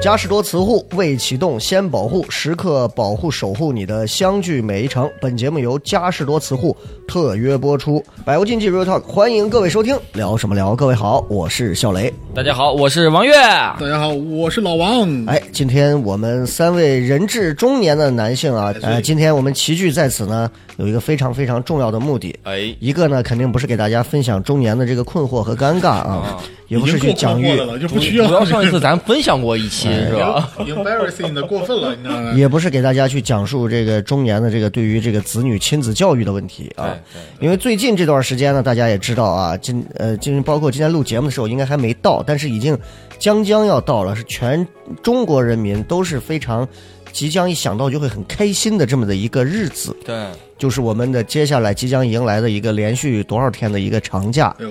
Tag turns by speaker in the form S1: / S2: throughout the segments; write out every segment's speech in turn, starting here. S1: 嘉实多磁护未启动先保护，时刻保护守护你的相聚每一程。本节目由嘉实多磁护特约播出，百无禁忌 Real Talk，欢迎各位收听。聊什么聊？各位好，我是笑雷。
S2: 大家好，我是王悦。
S3: 大家好，我是老王。
S1: 哎，今天我们三位人至中年的男性啊，
S3: 哎
S1: 哎，今天我们齐聚在此呢，有一个非常非常重要的目的。
S2: 哎，
S1: 一个呢，肯定不是给大家分享中年的这个困惑和尴尬啊，也不是去讲
S3: 已经
S1: 育
S3: 够困惑的，了，就不需
S2: 主
S3: 要
S2: 要上 一次咱分享过一期是吧？
S3: embarrassing 的过分了，你知道吗？
S1: 也不是给大家去讲述这个中年的这个对于这个子女亲子教育的问题啊，因为最近这段时间呢，大家也知道啊，今呃今包括今天录节目的时候应该还没到，但是已经将将要到了，是全中国人民都是非常即将一想到就会很开心的这么的一个日子，
S2: 对，
S1: 就是我们的接下来即将迎来的一个连续多少天的一个长假，
S3: 哎呦，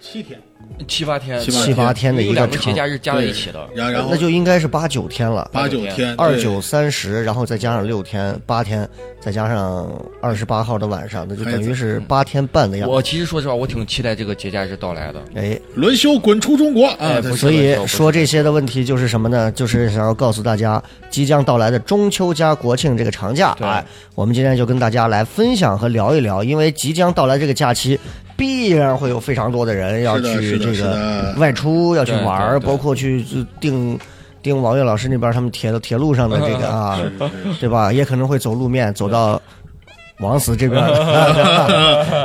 S3: 七天，
S2: 七八天，
S3: 七八
S1: 七八天的一
S2: 两个节
S1: 长，
S2: 假日加在一起的，
S3: 然然后
S1: 那就应该是八九天了。
S3: 八九天，
S1: 二
S3: 呃对
S1: 九三十，然后再加上六天八天，再加上二十八号的晚上，那就等于是八天半的样子。
S2: 我其实说实话，我挺期待这个节假日到来的。
S1: 哎，
S3: 轮休滚出中国啊！
S2: 哎
S3: 对
S2: 不是
S1: 所以
S2: 我不是
S1: 说这些的问题就是什么呢？就是想要告诉大家，即将到来的中秋加国庆这个长假，
S2: 对
S1: 哎，我们今天就跟大家来分享和聊一聊，因为即将到来这个假期，必然会有非常多的人要
S3: 是的
S1: 去
S3: 是的
S1: 这
S3: 是
S1: 个
S3: 的
S1: 外出，要去
S2: 对
S1: 玩儿，
S2: 对对
S1: 包括去就订订王悦老师那边他们铁铁路上的这个啊，对吧？也可能会走路面，走到王死这边 儿。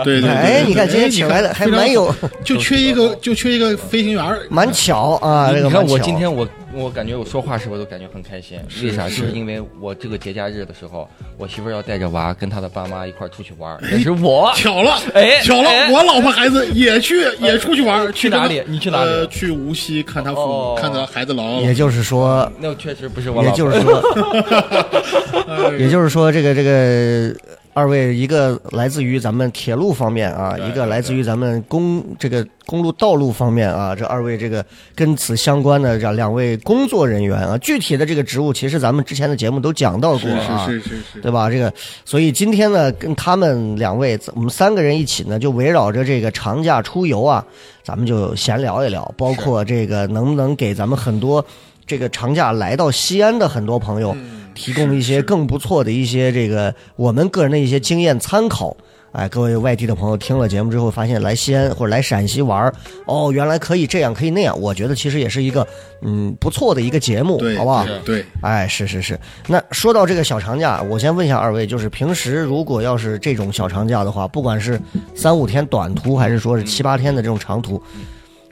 S3: 对对对，
S1: 哎，你看今天请来的
S3: 你看
S1: 还蛮有
S3: 非常就缺一个，就缺一个飞行员儿。
S1: 蛮巧啊，这个
S2: 你看
S1: 蛮巧。
S2: 我今天我我感觉我说话是不是都感觉很开心？为啥？就是因为我这个节假日的时候，我媳妇儿要带着娃跟她的爸妈一块儿出去玩儿，也是我
S3: 巧了，
S2: 哎
S3: 巧了
S2: 哎！
S3: 我老婆孩子也去，也出去玩儿，
S2: 去
S3: 跟
S2: 哪
S3: 她
S2: 里你去哪里
S3: 呃去无锡看他父母，
S2: 哦
S3: 看他孩子姥
S1: 也
S3: 姥。
S1: 就是说，
S2: 那确实不是我
S1: 也
S2: 老婆，
S1: 就是 说，
S3: 哎
S1: 也就是说，这个这个二位，一个来自于咱们铁路方面啊，一个来自于咱们公这个公路道路方面啊，这二位这个跟此相关的这两位工作人员啊，具体的这个职务，其实咱们之前的节目都讲到过啊。
S3: 是是是是是，
S1: 对吧？这个，所以今天呢，跟他们两位，我们三个人一起呢，就围绕着这个长假出游啊，咱们就闲聊一聊，包括这个能不能给咱们很多这个长假来到西安的很多朋友
S3: 嗯
S1: 提供一些更不错的一些这个我们个人的一些经验参考。哎，各位外地的朋友听了节目之后，发现来西安或者来陕西玩儿，哦，原来可以这样，可以那样。我觉得其实也是一个嗯不错的一个节目，
S3: 对，
S1: 好不好？
S3: 对对，
S1: 哎，是是是。那说到这个小长假，我先问一下二位，就是平时如果要是这种小长假的话，不管是三五天短途，还是说是嗯七八天的这种长途，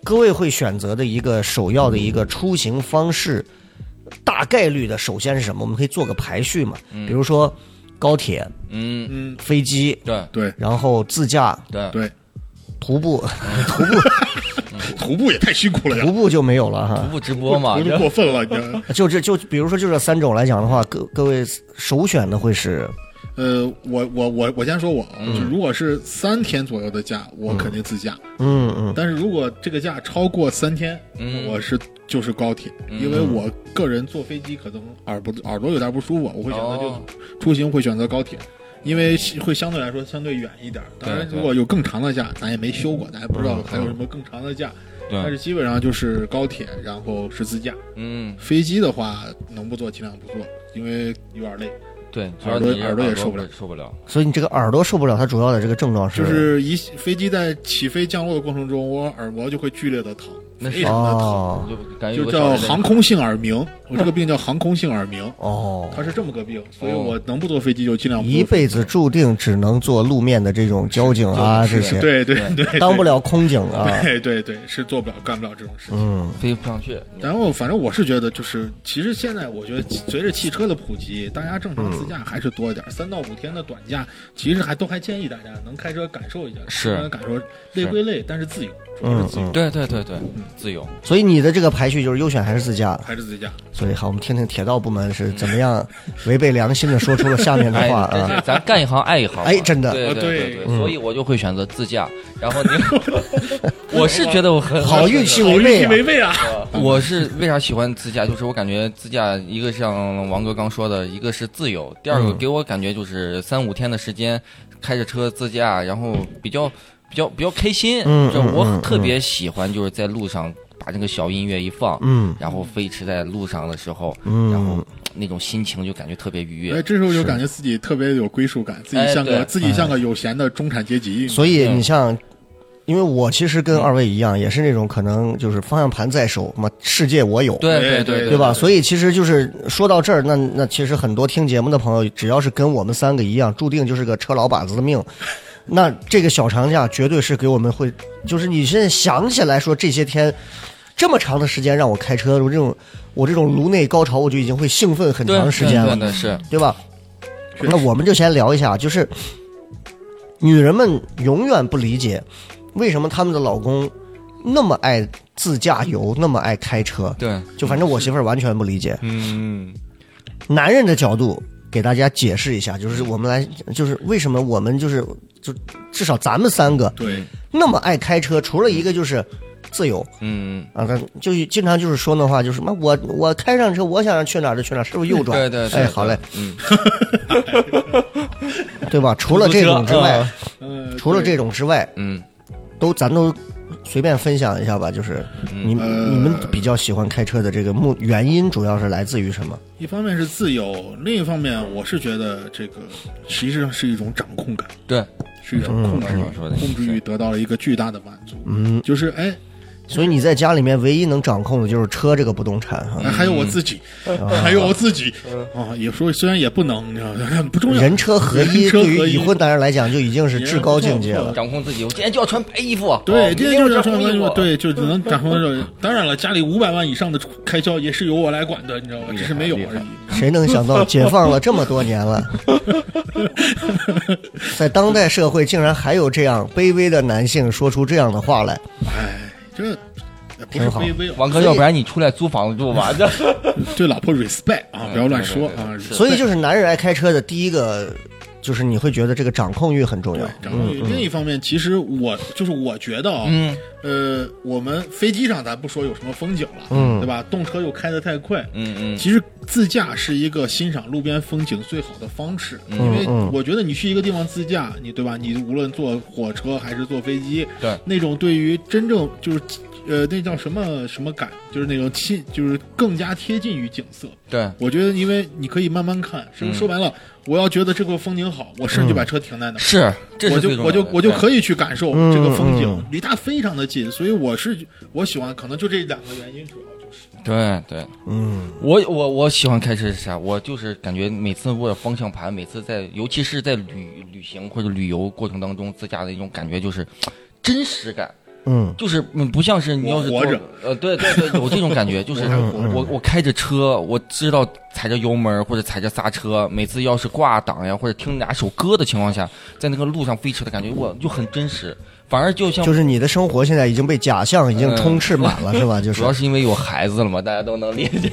S1: 各位会选择的一个首要的一个出行方式，大概率的首先是什么？我们可以做个排序嘛，比如说高铁、
S2: 嗯，
S3: 嗯，
S1: 飞机，
S2: 对
S3: 对
S1: 然后自驾、
S2: 对
S3: 对，
S1: 徒步，
S3: 徒步也太辛苦了呀
S1: 徒，步就没有了
S2: 徒
S1: 哈。
S2: 步直播嘛，
S3: 徒步
S2: 这
S3: 过分了，你 知道吗？
S1: 就这就比如说就这三种来讲的话，各各位首选的会是
S3: 呃，我我我我先说我，
S2: 嗯
S3: 啊，就如果是三天左右的假，我肯定自驾。
S1: 嗯嗯
S3: 但是如果这个假超过三天，
S2: 嗯
S3: 我是就是高铁，因为我个人坐飞机可能耳不耳朵有点不舒服，我会选择就、
S2: 哦
S3: 出行会选择高铁。因为会相对来说相对远一点，当然
S2: 对嗯对
S3: 如果有更长的假，咱也没休过，咱也不知道还有什么更长的假。
S2: 嗯
S3: 但
S2: 对，
S3: 是基本上就是高铁，然后是自驾。
S2: 嗯，
S3: 飞机的话，能不坐尽量不坐，因为有点累。
S2: 对，主要
S3: 耳朵
S2: 你
S3: 耳朵也受不了
S2: 受不了，
S1: 所以你这个耳朵受不了，它主要的这个症状是
S3: 就是一飞机在起飞降落的过程中，我耳膜就会剧烈的疼，
S2: 那是
S3: 非常的疼，
S1: 哦
S2: 就感觉有个
S3: 就叫
S2: 小人
S3: 航空性耳鸣。我这个病叫航空性耳鸣，
S1: 哦，
S3: 它是这么个病，所以
S2: 哦
S3: 我能不坐飞机就尽量不坐
S1: 一辈子注定只能做路面的这种交警啊这
S2: 是
S1: 些，
S3: 对对对，对
S1: 当不。了空警啊。
S3: 对对对，是做不了干不了这种事情。
S1: 嗯，
S2: 飞不上去，
S3: 然后反正我是觉得，就是其实现在我觉得随着汽车的普及，大家正常
S1: 嗯
S3: 自驾还是多一点，三到五天的短假，其实还都还建议大家能开车感受一下，
S2: 是
S1: 嗯
S3: 开车感受累归累，但是自由，主要是自由。
S2: 对对对对，
S3: 嗯
S2: 自由。
S1: 所以你的这个排序就是优选还是自驾？
S3: 还是自驾。
S1: 所以好，我们听听铁道部门是怎么样违背良心的说出了下面的
S2: 哎
S1: 话，
S2: 真
S1: 啊。
S2: 是咱干一行爱一行嘛。
S1: 哎真的嗯
S2: 对
S3: 啊
S2: 对
S3: 对
S2: 对对，所以我就会选择自驾。然后你， 我 是觉得我很
S1: 好运气违
S3: 运
S1: 背
S3: 气
S1: 啊！
S3: 违背啊！
S2: 我是为啥喜欢自驾？就是我感觉自驾，一个像王哥刚说的，一个是自由，第二个
S1: 嗯
S2: 给我感觉就是三五天的时间，开着车自驾，然后比较比较比较开心。
S1: 嗯
S2: 就
S1: 嗯
S2: 我
S1: 嗯
S2: 特别喜欢就是在路上把那个小音乐一放，
S1: 嗯
S2: 然后飞驰在路上的时候，然后
S1: 嗯，
S2: 那种心情就感觉特别愉
S3: 哎，
S2: 悦。
S3: 这时候就感觉自己特别有归属感，自己
S2: 哎
S3: 像个
S2: 对
S3: 自己像个有闲的中产阶级。
S1: 所以
S2: 嗯
S1: 你像，因为我其实跟二位一样，也是那种可能就是方向盘在手嘛，世界我有，
S2: 对
S3: 哎对
S2: 对
S1: 对吧？所以其实就是说到这儿，那那其实很多听节目的朋友，只要是跟我们三个一样，注定就是个车老把子的命。那这个小长假绝对是给我们会，就是你现在想起来说这些天这么长的时间让我开车，我这种我这种颅内高潮我就已经会兴奋很
S2: 对
S1: 长时间了
S2: 对，对对是
S1: 对吧？
S3: 是
S1: 那我们就先聊一下，就是女人们永远不理解为什么她们的老公那么爱自驾游，那么爱开车。
S2: 对，
S1: 就反正我媳妇儿完全不理解。
S2: 嗯，
S1: 男人的角度给大家解释一下，就是我们来，就是为什么我们就是就至少咱们三个
S3: 对，
S1: 那么爱开车，除了一个就是自由
S2: 嗯，
S1: 啊，他就经常就是说那话，就是什么我我开上车，我想去哪儿就去哪儿，是不是右转？
S2: 对对对，嗯
S1: 哎，好嘞，
S2: 对，嗯，
S1: 对吧？除了这种之 外，
S3: 呃，
S1: 嗯除了
S3: 对
S1: 这种之外，
S2: 嗯
S1: 都咱都随便分享一下吧，就是你
S2: 嗯，
S3: 呃
S1: 你们比较喜欢开车的这个目原因，主要是来自于什么？
S3: 一方面是自由，另一方面我是觉得这个实际上是一种掌控感，
S2: 对，
S3: 是一种控制
S2: 嗯
S3: 欲
S2: 嗯说得，
S3: 控制
S2: 是
S3: 欲得到了一个巨大的满足。
S1: 嗯，
S3: 就是哎，
S1: 所以你在家里面唯一能掌控的就是车这个不动产哈。
S3: 哎还有我自己，
S1: 嗯
S3: 还有我自己啊，也说虽然也不能，你知道吗， 不重要。
S1: 人车合一
S3: 嗯人车合
S1: 对
S3: 一
S1: 于已婚男人来讲就已经是至高境界了。
S2: 掌控自己，我今天就要穿白衣服，
S3: 对，
S2: 今
S3: 这就是要
S2: 要
S3: 穿
S2: 红
S3: 关
S2: 衣
S3: 注
S2: 服，，
S3: 对，就只能掌控这。当然了，家里五百万以上的开销也是由我来管的，你知道吗？只是没有
S2: 厉害
S3: 而已。
S1: 谁能想到解放了这么多年了，在当代社会竟然还有这样卑微的男性说出这样的话来？
S3: 哎，这哎不是
S1: 挺好
S3: 卑微，
S2: 王哥，
S1: 所以
S2: 要不然你出来租房子住吧？这
S3: 对老婆 respect 啊，不要乱说
S2: 哎对对对
S3: 啊。
S1: 所以就是男人爱开车的第一个，就是你会觉得这个掌控欲很重要嗯
S3: 对。，掌控欲。另一方面，其实我就是我觉得啊，
S2: 嗯
S3: 呃，我们飞机上咱不说有什么风景了，
S1: 嗯
S3: 对吧？动车又开得太快，
S2: 嗯
S3: 其实自驾是一个欣赏路边风景最好的方式，
S2: 嗯
S3: 因为
S1: 嗯
S3: 我觉得你去一个地方自驾，你对吧？你无论坐火车还是坐飞机，
S2: 对
S3: 那种对于真正就是。呃，那叫什么什么感？就是那种亲，就是更加贴近于景色。
S2: 嗯，对，
S3: 我觉得，因为你可以慢慢看。是
S2: 嗯
S3: 说白了，我要觉得这个风景好，我甚
S1: 嗯
S3: 至就把车停在那儿。
S2: 是，这
S3: 我
S2: 是
S3: 就
S2: 最重要
S3: 我就
S2: 的
S3: 我就
S2: 对
S3: 可以去感受这个风景，
S1: 嗯嗯
S3: 离它非常的近，所以我是我喜欢，可能就这两个原因主要就是
S2: 对对，
S1: 嗯，
S2: 我我我喜欢开车是啥？我就是感觉每次握着方向盘，每次在，尤其是在旅旅行或者旅游过程当中自驾的一种感觉，就是真实感，
S1: 嗯
S2: 就是嗯不像是你要是
S3: 我
S2: 坐
S3: 活着，
S2: 呃，对对对，有这种感觉，就是
S3: 我还
S1: 嗯
S3: 活着
S2: 我我开着车，我知道踩着油门或者踩着刹车，每次要是挂档呀或者听哪首歌的情况下，在那个路上飞驰的感觉，我就很真实，反而就像
S1: 就是你的生活现在已经被假象已经充斥满
S3: 嗯
S1: 了，是吧？就是
S2: 主要是因为有孩子了嘛，大家都能理解。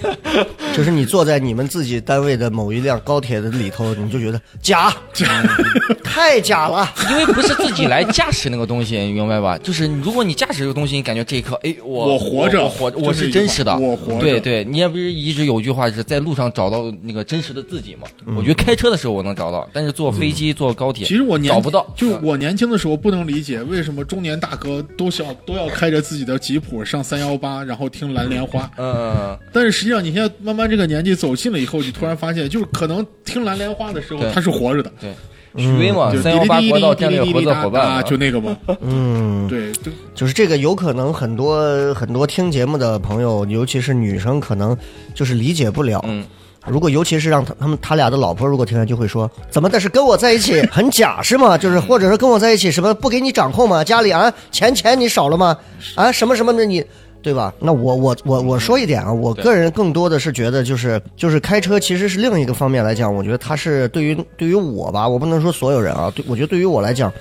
S1: 就是你坐在你们自己单位的某一辆高铁的里头，你就觉得 假，嗯太假了。
S2: 因为不是自己来驾驶那个东西， 你明白吧？就是你如果你驾驶这个东西，你感觉这一刻，哎，我
S3: 我活着
S2: 我活，
S3: 就是
S2: 我是真实的，
S3: 我活着
S2: 对对，你也不是一直有句话是在路上找到那个真实的自己嘛？我觉得开车的时候我能找到，但是坐飞机、坐高铁，
S3: 嗯其实我年
S2: 找不到，
S3: 就是
S2: 嗯
S3: 我年轻的时候不能理解为什么中年大哥都想都要开着自己的吉普上三幺八，然后听蓝莲花。
S2: 嗯嗯，
S3: 但是实际上，你现在慢慢这个年纪走近了以后，你突然发现，就是可能听蓝莲花的时候
S2: 对
S3: 他是活着的，
S2: 嗯许巍嘛
S3: 就，是
S2: 三幺八
S3: 滴
S2: 国
S3: 滴
S2: 道
S3: 滴滴
S2: 战略合
S3: 滴滴滴
S2: 作
S3: 答
S2: 伙伴啊嘛
S3: 答就那 个嘛，
S1: 嗯，
S3: 对，就
S1: 就是这个有可能很多很多听节目的朋友，尤其是女生，可能就是理解不了。
S2: 嗯，
S1: 如果尤其是让他他们他俩的老婆如果听了就会说，怎么但是跟我在一起很假是吗？就是或者说跟我在一起什么不给你掌控吗？家里啊钱钱你少了吗？啊什么什么的你。对吧？那我我我我说一点啊，我
S2: 对
S1: 个人更多的是觉得，就是就是开车其实是另一个方面来讲，我觉得它是对于对于我吧，我不能说所有人啊，对我觉得对于我来讲，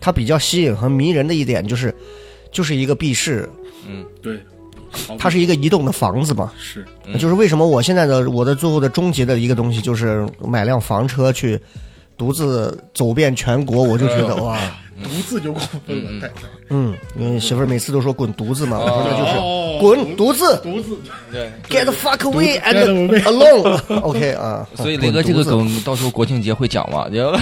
S1: 它比较吸引和迷人的一点就是，就是一个避世，
S3: 对，好比
S1: 它是一个移动的房子嘛，
S3: 是
S2: 嗯
S1: 就是为什么我现在的我的最后的终极的一个东西就是买辆房车去独自走遍全国，我就觉
S2: 哎
S1: 得哇，
S3: 独自就过分
S2: 嗯嗯
S3: 了，太
S1: 嗯，因为媳妇儿每次都说滚犊子嘛，我说那就
S3: 哦
S1: 是滚犊子
S3: 独自
S2: 对，
S1: ，get the fuck away
S3: ，get away
S1: and alone。OK 啊，
S3: 哦
S2: 所以雷哥
S1: 滚
S2: 这
S1: 犊
S2: 个
S1: 子
S2: 梗到时候国庆节会讲嘛？然后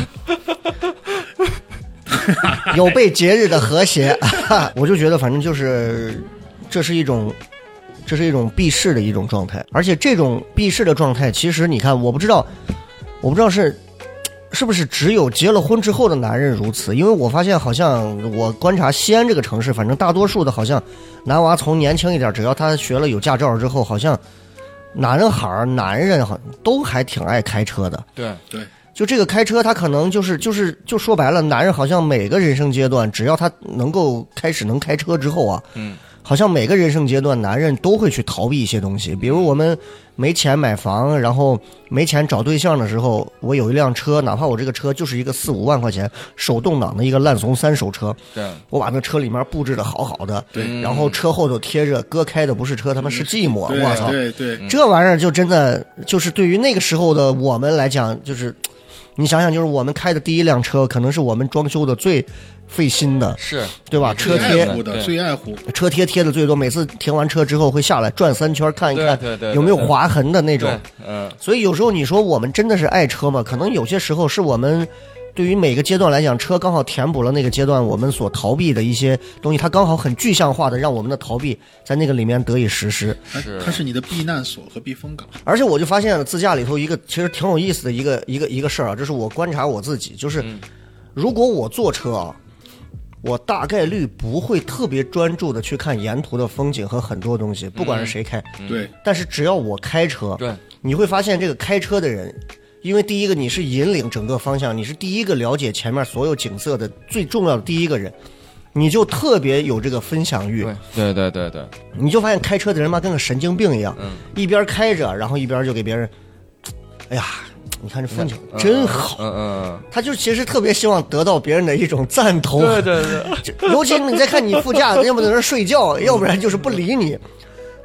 S1: 有被节日的和谐， 我就觉得反正就是，这是一种，这是一种避世的一种状态，而且这种避世的状态，其实你看，我不知道，我不知道是。是不是只有结了婚之后的男人如此？因为我发现，好像我观察西安这个城市，反正大多数的，好像男娃从年轻一点，只要他学了有驾照之后，好像男孩儿、男人好像都还挺爱开车的。
S2: 对，
S3: 对，
S1: 就这个开车，他可能就是就是就说白了，男人好像每个人生阶段，只要他能够开始能开车之后啊，
S2: 嗯，
S1: 好像每个人生阶段，男人都会去逃避一些东西，比如我们没钱买房，然后没钱找对象的时候，我有一辆车，哪怕我这个车就是一个四五万块钱手动挡的一个烂怂三手车，
S2: 对，
S1: 我把那车里面布置的好好的，
S2: 嗯
S3: 对嗯
S1: 然后车后头贴着哥开的不是车，他妈是寂寞，我操，
S3: 对对
S2: 嗯
S3: 对，
S1: 这玩意儿就真的就是对于那个时候的我们来讲，就是你想想，就是我们开的第一辆车，可能是我们装修的最费心的，
S2: 是
S1: 对吧？车
S3: 最爱
S1: 贴
S3: 护
S2: 对
S3: 的最爱护，
S1: 车贴贴的最多，每次停完车之后会下来转三圈看一
S2: 对
S1: 看
S2: 对对对
S1: 有没有划痕的那种。
S2: 对，嗯，
S1: 所以有时候你说我们真的是爱车吗？可能有些时候是我们。对于每个阶段来讲，车刚好填补了那个阶段我们所逃避的一些东西，它刚好很具象化的让我们的逃避在那个里面得以实施。
S3: 它
S2: 是
S3: 哎它是你的避难所和避风港，
S1: 而且我就发现了自驾里头一个其实挺有意思的一个一个一个事儿啊，这是我观察我自己，就是如果我坐车啊，我大概率不会特别专注的去看沿途的风景和很多东西，不管是谁开。
S2: 嗯
S3: 对，
S1: 但是只要我开车，
S2: 对，
S1: 你会发现这个开车的人，因为第一个你是引领整个方向，你是第一个了解前面所有景色的最重要的第一个人，你就特别有这个分享欲。
S2: 对对对对
S1: 你就发现开车的人嘛跟个神经病一样，
S2: 嗯
S1: 一边开着，然后一边就给别人，哎呀，你看这风景
S2: 对，
S1: 真好。
S2: 嗯嗯
S1: 他就其实特别希望得到别人的一种赞同，
S2: 嗯，对对对，
S1: 就 尤其你再看你副驾，要么在那儿睡觉，要不然就是不理你。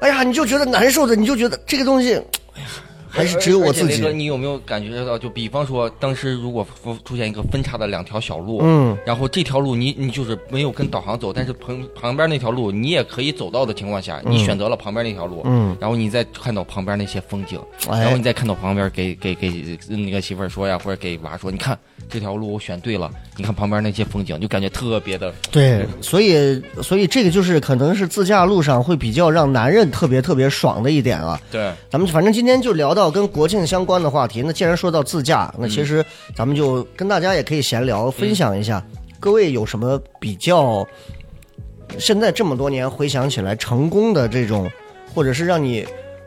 S1: 哎呀，你就觉得难受的，你就觉得这个东西，哎呀，还是只有我自
S2: 而且雷哥，
S1: 己。
S2: 你有没有感觉到？就比方说，当时如果出出现一个分叉的两条小路，
S1: 嗯，
S2: 然后这条路你你就是没有跟导航走，但是旁旁边那条路你也可以走到的情况下，你选择了旁边那条路，
S1: 嗯，
S2: 然后你再看到旁边那些风景，
S1: 哎
S2: 然后你再看到旁边给给给那个媳妇儿说呀，或者给娃说，你看这条路我选对了，你看旁边那些风景，就感觉特别的，
S1: 对，所以所以这个就是可能是自驾路上会比较让男人特别特别爽的一点啊。
S2: 对，
S1: 咱们反正今天就聊到跟国庆相关的话题。那既然说到自驾，那其实咱们就跟大家也可以闲聊，分享一下、各位有什么比较，现在这么多年回想起来成功的这种，或者是让你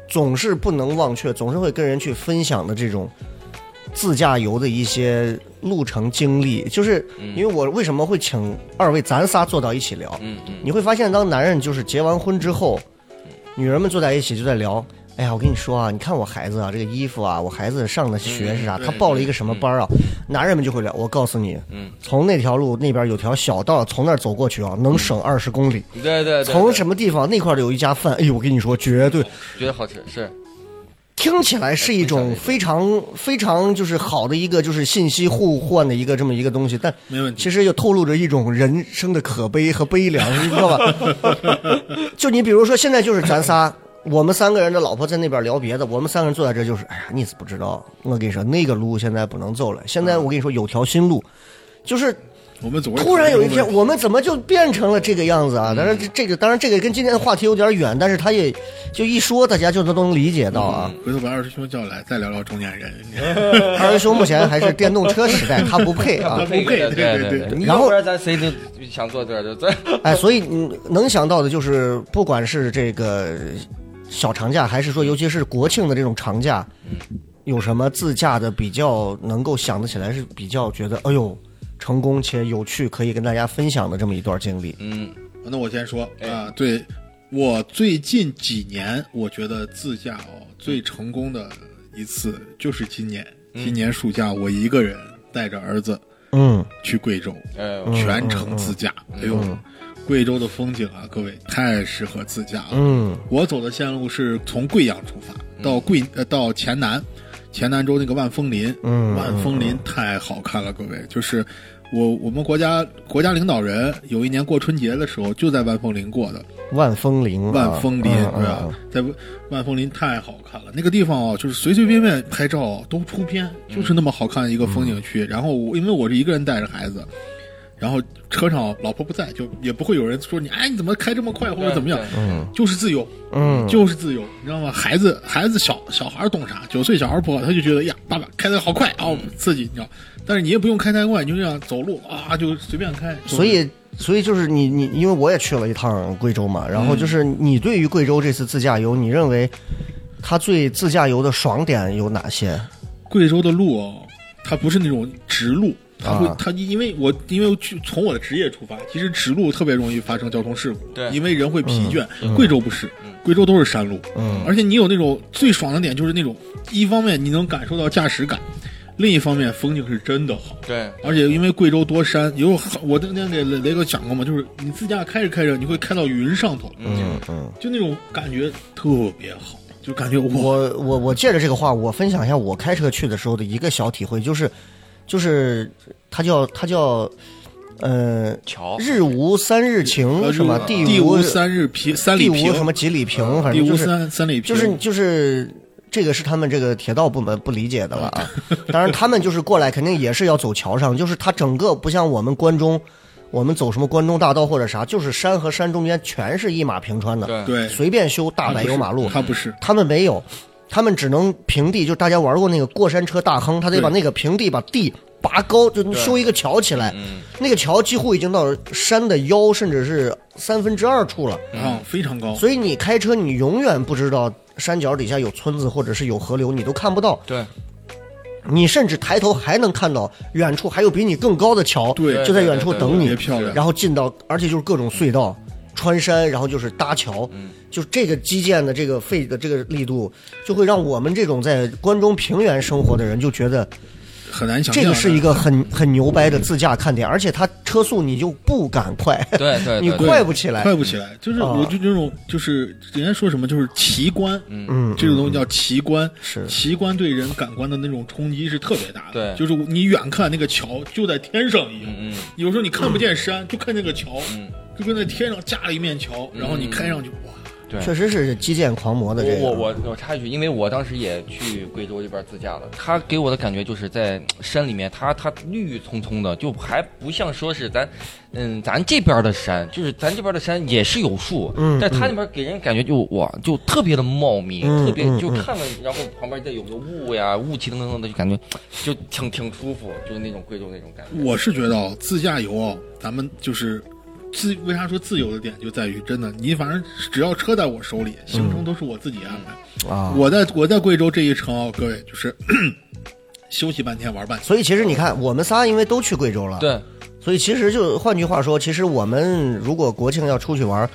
S1: 总是不能忘却，总是会跟人去分享的这种自驾游的一些路程经历。就是因为我为什么会请二位咱仨坐到一起聊，
S2: 嗯嗯，
S1: 你会发现，当男人就是结完婚之后，女人们坐在一起就在聊。哎呀，我跟你说啊，你看我孩子啊，这个衣服啊，我孩子上的学是啥？
S3: 嗯
S1: 他报了一个什么班啊？男人们就会聊。我告诉你，
S2: 嗯
S1: 从那条路那边有条小道，从那儿走过去啊，能省二十公里。
S2: 对对嗯对，
S1: 从
S2: 什
S1: 什么地方那块儿有一家饭，哎呦，我跟你说，绝对
S2: 觉得好吃是，
S1: 听起来是一
S2: 嗯
S1: 种非常非常就是好的一个就是信息互换的一个这么一个东西，但
S3: 没问题
S1: 其实又透露着一种人生的可悲和悲凉，你知道吧？就你比如说现在就是咱仨。我们三个人的老婆在那边聊别的，我们三个人坐在这就是，哎呀，你是不知道，我跟你说那个路现在不能走了。现在我跟你说有条新路，就是
S3: 我们总会
S1: 突然有一
S3: 讨论这个
S1: 天，
S3: 问题
S1: 我们怎么就变成了这个样子啊？当然，这这个当然这个跟今天的话题有点远，但是他也就一说，大家就都能理解到 啊。
S3: 回头把二师兄叫来，再聊聊中年人。
S1: 二师兄目前还是电动车时代，他不配啊。
S3: 不配
S2: 对
S3: 对对
S2: 对
S3: 对
S2: 对，你
S1: 然后
S2: 要不然咱谁都想坐这儿就坐，
S1: 哎，
S3: 嗯
S1: 所以你能想到的就是，不管是这个小长假，还是
S3: 嗯
S1: 说尤其是国庆的这种长假，有什么自驾的比较能够想得起来，是比较觉得哎呦成功且有趣，可以跟大家分享的这么一段经历。
S2: 嗯
S3: 那 我先说 啊、
S2: 哎
S3: 对我最近几年，我觉得自驾哦最成功的一次就是今年，今年暑假我一个人带着儿子
S1: 嗯，
S3: 去贵州，
S2: 呃，
S3: 全程自驾，哎呦，贵州的风景啊，各位太适合自驾了。
S1: 嗯
S3: 我走的线路是从贵阳出发到贵呃到黔南，黔南州那个万峰林，
S1: 嗯
S3: 万峰林太好看了，各位，就是我我们国家国家领导人有一年过春节的时候就在万峰林过的，
S1: 万峰林啊，
S3: 万峰林
S1: 嗯
S3: 对吧？？在万峰林太好看了，那个地方哦，就是随随便便拍照都出片，就是那么好看的一个风景
S1: 嗯
S3: 区。然后我因为我是一个人带着孩子。然后车上老婆不在，就也不会有人说你，哎，你怎么开这么快或者怎么样，
S1: 嗯
S3: 就是自由，
S1: 嗯，
S3: 就是自由，你知道吗？孩子，孩子小小孩懂啥？九岁小孩不好，他就觉得呀，爸爸开的好快啊，我刺激，你知道。但是你也不用开太快，你就这样走路啊，就随便开。
S1: 所以，所以就是你你，因为我也去了一趟贵州
S3: 嗯
S1: 嘛，然后就是你对于贵州这次自驾游，你认为它最自驾游的爽点有哪些？
S3: 贵州的路哦，它不是那种直路，它会、
S1: 啊
S3: 它因为我因为我去从我的职业出发，其实直路特别容易发生交通事故，
S2: 对
S3: 因为人会疲倦。贵州不是，贵州都是山路，
S1: 嗯
S3: 而且你有那种最爽的点就是那种，一方面你能感受到驾驶感，另一方面风景是真的好。
S2: 对，
S3: 而且因为贵州多山，有好我那天给雷雷哥讲过嘛，就是你自驾开着开着，你会开到云上头，
S1: 嗯嗯，
S3: 就那种感觉特别好，就感觉哇，
S1: 我我我借着这个话，我分享一下我开车去的时候的一个小体会，就是就是它叫它叫呃
S2: 桥
S1: 日无三日晴
S3: 呃
S1: 什么
S3: 日
S1: 地
S3: 地
S1: 无
S3: 三日平三
S1: 地
S3: 里
S1: 无
S3: 平呃
S1: 什么几里平，反
S3: 地
S1: 正
S3: 无
S1: 就是
S3: 三三里
S1: 就
S3: 平
S1: 是就是这个是他们这个铁道部门不理解的了 啊。当然，他们就是过来肯定也是要走桥上，就是它整个不像我们关中，我们走什么关中大道或者啥，就是山和山中间全是一马平川的，
S2: 对
S3: 对
S1: 随便修大
S3: 它
S1: 柏
S3: 不
S1: 油
S3: 是
S1: 马路。
S3: 它不是
S1: 他们没有，他们只能平地，就大家玩过那个过山车大亨，他得
S3: 对
S1: 把那个平地把地拔高，就修一个桥起
S2: 嗯
S1: 来。那个桥几乎已经到山的腰，甚至是三分之二处了。
S3: 啊，非常高，
S1: 所以你开车，你永远不知道山脚底下有村子或者是有河流，你都看不到。
S2: 对，
S1: 你甚至抬头还能看到远处还有比你更高的桥，
S3: 对
S1: 就在远处等
S3: 特
S1: 你
S3: 别。漂亮。
S1: 然后进到，而且就是各种隧道、穿山，然后就是搭桥，
S3: 嗯
S1: 就这个基建的这个费的这个力度，就会让我们这种在关中平原生活的人就觉得
S3: 很难想象
S1: 这
S3: 的，
S1: 个是一个很很牛掰的自驾看点，而且它车速你就不敢 快，
S2: 对对，
S1: 你
S2: 对
S1: 快不起来。
S3: 快不起来，就是
S1: 啊
S3: 我就这种，就是人家说什么就是奇观，
S1: 嗯，
S3: 这种东西叫奇观，
S1: 是
S3: 奇观对人感官的那种冲击是特别大的，
S2: 对
S3: 就是你远看那个桥就在天上一样，
S2: 嗯嗯
S3: 有时候你看不见山，就看那个桥，
S2: 嗯
S3: 就跟在天上架了一面桥，然后你开上去，哇，
S2: 对。
S1: 确实是基建狂魔的这个。
S2: 我我我我插一句，因为我当时也去贵州这边自驾了，他给我的感觉就是在山里面，它它绿郁葱葱的，就还不像说是咱，嗯，咱这边的山，就是咱这边的山也是有树，
S1: 嗯
S2: 但他那边给人感觉就哇，就特别的茂密，
S1: 嗯
S2: 特别
S1: 嗯
S2: 就看了，然后旁边再有个雾呀，雾气腾腾的，就感觉就挺挺舒服，就是那种贵州那种感觉。
S3: 我是觉得啊自驾游啊，咱们就是自为啥说自由的点就在于真的，你反正只要车在我手里，
S1: 嗯
S3: 行程都是我自己安排。
S1: 啊，
S3: 我在我在贵州这一程啊，各位就是 休息半天玩半天，
S1: 所以其实你看，我们仨因为都去贵州了，
S2: 对，
S1: 所以其实就换句话说，其实我们如果国庆要出去玩，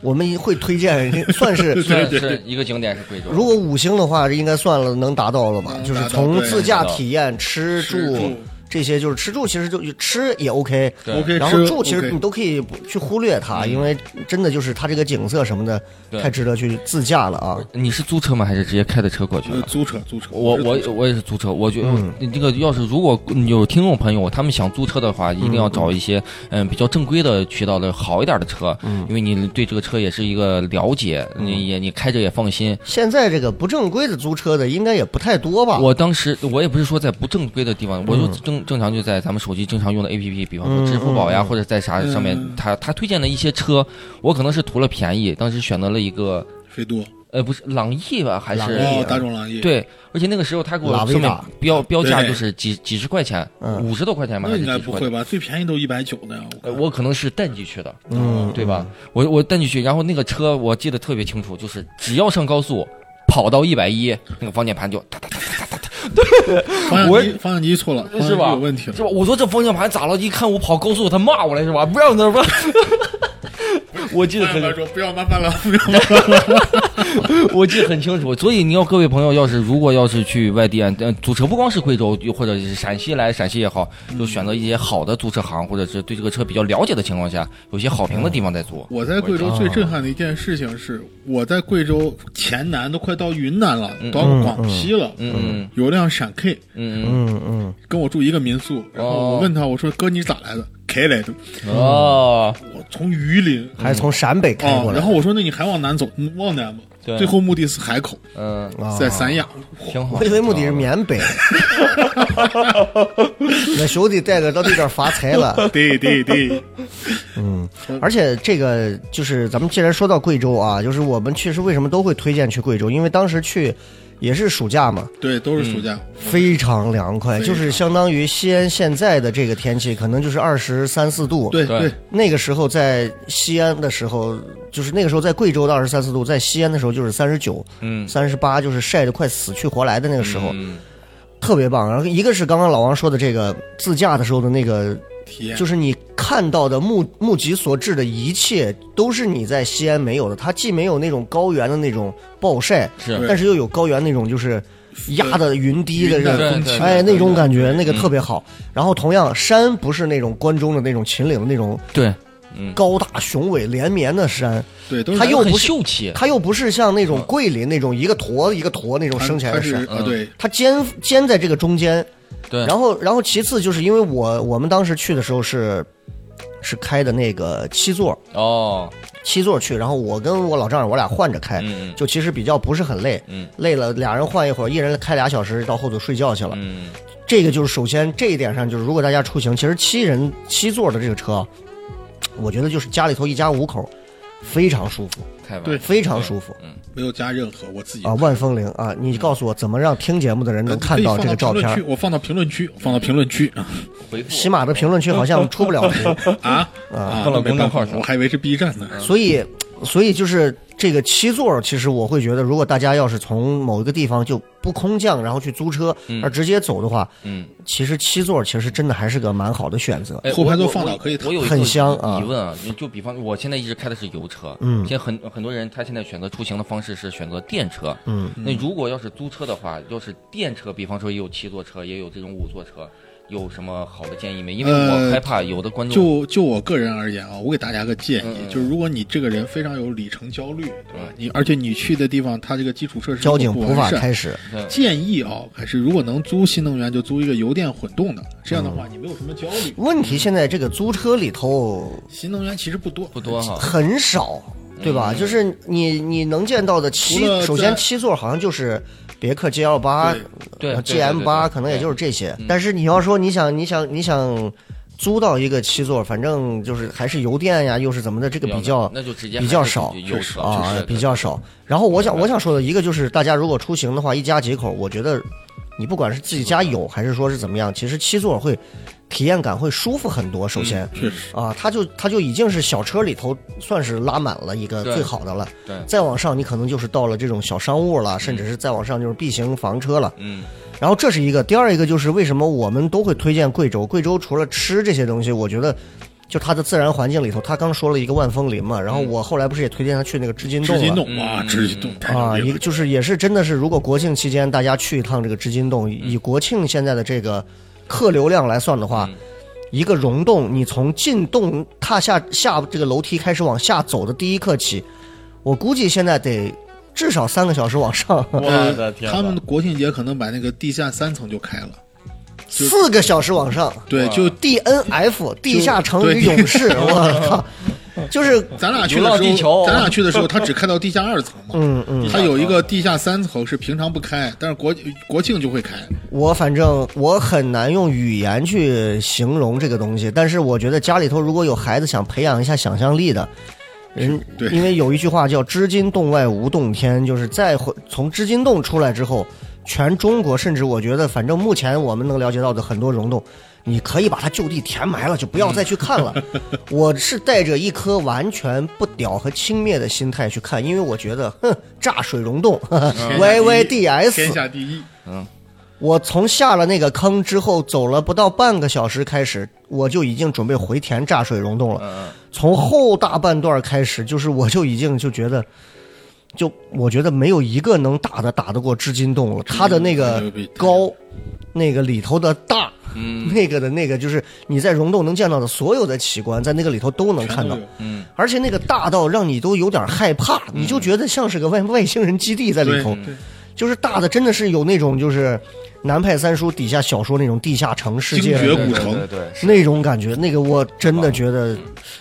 S1: 我们会推 荐，算是
S2: 算是一个景点是贵州。
S1: 如果五星的话，这应该算了能达到了吧？
S3: 能
S1: 就
S3: 嗯达
S1: 是
S3: 到
S1: 从
S3: 对
S1: 自驾体验、吃
S3: 吃
S1: 住
S3: 住
S1: 这些，就是吃住其实就吃也 OK，
S2: 对
S3: OK
S1: 然后
S3: 吃
S1: 住其实
S3: OK
S1: 你都可以不去忽略
S3: 嗯
S1: 它，因为真的就是它这个景色什么的
S2: 对
S1: 太值得去自驾了啊！
S2: 你是租车吗？还是直接开的车过去
S3: 呃
S2: 了？
S3: 租车租车，
S2: 我
S3: 是
S2: 我我也是租车，我觉得你这个要是如果有听众朋友他们想租车的话，一定要找一些嗯比较正规的渠道的好一点的车，因为你对这个车也是一个了解，你也你开着也放心。
S1: 现在这个不正规的租车的应该也不太多吧？
S2: 我当时我也不是说在不正规的地方，我就正正常就在咱们手机正常用的 A P P，比方说支付宝呀，或者在啥上面，他他推荐的一些车，我可能是图了便宜，当时选择了一个
S3: 飞度，
S2: 呃不是朗逸吧，还
S1: 朗
S2: 是
S1: 逸啊
S3: 哦，大众朗逸，，
S2: 对，而且那个时候他给我
S1: 拉维
S2: 上面
S1: 达
S2: 标标价
S3: 对
S2: 就是几几十块钱，
S1: 嗯
S2: 五十多块钱吧，
S3: 那
S2: 还
S3: 应
S2: 是
S3: 该
S2: 几十
S3: 不
S2: 块
S3: 会
S2: 钱？
S3: 吧？最便宜都一百九呢，
S2: 呃，我可能是淡季去的，
S1: 嗯，
S2: 对吧？我我淡季去，然后那个车我记得特别清楚，就是只要上高速，跑到一百一，那个方向盘就哒哒哒哒哒哒，
S3: 方向
S2: 我
S3: 机方向机错了，方向
S2: 是
S3: 机
S2: 吧？
S3: 嗯有问题了
S2: 是。吧？我说这方向盘咋了？一看我跑高速，他骂我来是吧？不让他不让， 我 记得
S3: 朋友
S2: 很
S3: 们说不要麻烦了，不要麻烦了。
S2: 我记得很清楚，所以你要各位朋友，要是如果要是去外地，呃，租车不光是贵州，又或者是陕西来，陕西也好，就选择一些好的租车行，或者是对这个车比较了解的情况下，有些好评的地方再租。
S3: 我在贵州最震撼的一件事情是，我在贵州黔南都快到云南了，到广西了，
S2: 嗯
S3: 有辆闪 K
S2: 嗯
S1: 嗯嗯，
S3: 跟我住一个民宿，然后
S2: 哦
S3: 我问他，我说哥你咋来的？K 来的，
S2: 嗯，哦，
S3: 我从榆林
S1: 还是从陕北开
S3: 啊
S1: 过，来，
S3: 然后我说那你还往南走，嗯往南吧，
S2: 对
S3: 最后目的是海口，
S2: 嗯，
S1: 啊
S3: 在三亚，
S2: 挺好。
S1: 我以为目的是缅北， 那兄弟带个到地这儿发财 了。
S3: 对对对，
S1: 而且这个就是咱们既然说到贵州啊，就是我们确实为什么都会推荐去贵州，因为当时去也是暑假嘛，
S3: 对，都是暑假，
S2: 嗯
S1: 非常凉快，
S3: 非常
S1: 就是相当于西安现在的这个天气，可能就是二十三四度。，
S3: 对
S2: 对
S3: 对，
S1: 那个时候在西安的时候，就是那个时候在贵州的二十三四度，在西安的时候就是三十九、
S2: 嗯，
S1: 三十八，就是晒得快死去活来的那个时候，
S2: 嗯
S1: 特别棒。然后一个是刚刚老王说的这个自驾的时候的那个
S3: 体验
S1: 就是你看到的目目及所至的一切，都是你在西安没有的。它既没有那种高原的那种暴晒，
S2: 是
S3: 对
S1: 但是又有高原那种就是压的云滴的
S3: 云淡
S1: 这种
S2: 风轻
S1: 哎，
S2: 对对
S1: 那种感觉，那个特别好。然后同样，山不是那种关中的那种秦岭的那种
S2: 对，
S1: 高大雄伟连绵的山，
S3: 对，都是
S1: 它又
S2: 很
S1: 不是
S2: 秀气，
S1: 它又不是像那种桂林那种一个坨一个坨那种
S3: 它
S1: 升起来的嗯
S3: 它是
S1: 山，
S3: 啊，对，
S1: 它尖尖在这个中间，
S2: 对，
S1: 然后，然后其次就是因为我我们当时去的时候是是开的那个七座
S2: 哦，
S1: 七座去，然后我跟我老丈人我俩换着开，
S2: 嗯嗯
S1: 就其实比较不是很累，
S2: 嗯
S1: 累了俩人换一会儿，一人开俩小时到后头睡觉去了。
S2: 嗯，
S1: 这个就是首先这一点上就是，如果大家出行，其实七人七座的这个车，我觉得就是家里头一家五口。非常舒服，
S2: 太棒，
S3: 对
S1: 非常舒服
S2: 嗯
S3: 没有加任何我自己
S1: 啊！万风铃啊，你告诉我怎么让听节目的人能看到这个照
S3: 嗯可以
S1: 片？
S3: 放到评论区，我放到评论 区，啊放到
S2: 回复
S1: 喜马的评论区好像出不了图。
S3: 评论区啊啊！
S2: 放到公众号
S3: 那没办法
S2: 上
S3: 我还以为是 B 站呢。
S1: 所以，所以就是这个七座，其实我会觉得，如果大家要是从某一个地方就不空降，然后去租车，而直接走的话，
S2: 嗯，
S1: 其实七座其实真的还是个蛮好的选择。
S2: 哎
S3: 后排
S2: 我
S3: 座
S2: 我
S3: 放
S2: 我
S3: 倒可以躺
S2: 我有一
S1: 很
S2: 个
S1: 香啊
S2: 疑问啊，就就比方我现在一直开的是油车，
S1: 嗯
S2: 现在很很多人他现在选择出行的方式是选择电车，嗯，那如果要是租车的话，要是电车，比方说也有七座车，也有这种五座车，有什么好的建议没？因为我
S3: 呃
S2: 害怕有的观众
S3: 就就我个人而言啊，我给大家个建
S1: 嗯
S3: 议，就是如果你这个人非常有里程焦虑，对吧？你而且你去的地方，它这个基础设施
S1: 交警
S3: 又不
S1: 普法
S3: 完善，
S1: 开始，
S3: 建议啊，还是如果能租新能源就租一个油电混动的，这样的
S1: 嗯
S3: 话你没有什么焦虑。
S1: 问题现在这个租车里头
S3: 新能源其实不多，
S2: 不多哈，
S1: 很少，对吧？就是你你能见到的七
S3: 嗯除了，在
S1: 首先七座好像就是别克 GL 八
S2: 对
S3: 对、
S2: 嗯
S1: GM 八，可能也就是这些。但是你要说你想你想你想租到一个七座，反正就是还是油电呀，又是怎么的，这
S2: 这
S1: 个比较
S2: 那就直接
S1: 比较少
S2: 油车
S1: 啊，比较少。然后我
S2: 嗯
S1: 想我想说的一个就是，大家如果出行的话，一家几口，我觉得你不管是自己家有还是说是怎么样，其实七座会体验感会舒服很多。首
S2: 嗯
S1: 先。
S3: 确实，
S1: 啊，它就它就已经是小车里头算是拉满了一个
S2: 对
S1: 最好的了，
S2: 对
S1: 再往上你可能就是到了这种小商务了，甚至是再往上就是 B 型房车了。
S2: 嗯
S1: 然后这是一个，第二一个就是为什么我们都会推荐贵州？贵州除了吃这些东西，我觉得就它的自然环境里头，他刚说了一个万风林嘛，然后我后来不是也推荐他去那个织金洞
S3: 织嗯金
S1: 了
S3: 洞哇，织金洞太
S1: 啊，
S3: 牛逼
S1: 一
S3: 了
S1: 个，就是也是真的是，如果国庆期间大家去一趟这个织金洞，
S3: 嗯
S1: 以国庆现在的这个客流量来算的话，
S3: 嗯
S2: 嗯
S1: 一个溶洞，你从进洞踏下下这个楼梯开始往下走的第一刻起，我估计现在得至少三个小时往上，
S2: 我的天哪
S3: 呃他们国庆节可能把那个地下三层就开了，就
S1: 四个小时往上
S3: 对，就
S1: D N F 地下城
S3: 对
S1: 与勇士，我靠，就是
S3: 咱俩去
S2: 流
S3: 的
S2: 浪地
S3: 时
S2: 球
S3: 候，咱俩去的时候，它只开到地下二层嘛。
S1: 嗯嗯，
S3: 它有一个地下三层是平常不开，但是国国庆就会开。
S1: 我反正我很难用语言去形容这个东西，但是我觉得家里头如果有孩子想培养一下想象力的，人
S3: 对
S1: 因为有一句话叫“织金洞外无洞天”，就是再回从织金洞出来之后，全中国甚至我觉得，反正目前我们能了解到的很多溶洞，你可以把它就地填埋了，就不要再去看了。我是带着一颗完全不屌和轻蔑的心态去 看，因为我觉得，哼，炸水溶洞，Y Y D S，
S3: 天下第一，
S1: 我从下了那个坑之后，走了不到半个小时开始，我就已经准备回田炸水溶洞了。
S2: 嗯，
S1: 从后大半段开始，就是我就已经就觉得，就我觉得没有一个能打的打得过织金洞了。
S3: 嗯
S1: 它的那个
S3: 牛逼
S1: 高，那个里头的大，
S2: 嗯
S1: 那个的那个就是你在溶洞能见到的所有的奇观，在那个里头都能
S3: 全
S1: 看
S3: 都
S1: 到。
S3: 有
S2: 嗯，
S1: 而且那个大到让你都有点害怕，你就觉得像是个外外星人基地在里头
S3: 嗯对，对
S1: 就是大的真的是有那种就是南派三叔底下小说那种地下城世界
S3: 精绝
S1: 的
S3: 古
S1: 那种
S3: 城
S2: 嗯对对对，
S1: 那种感觉，那个我真的觉得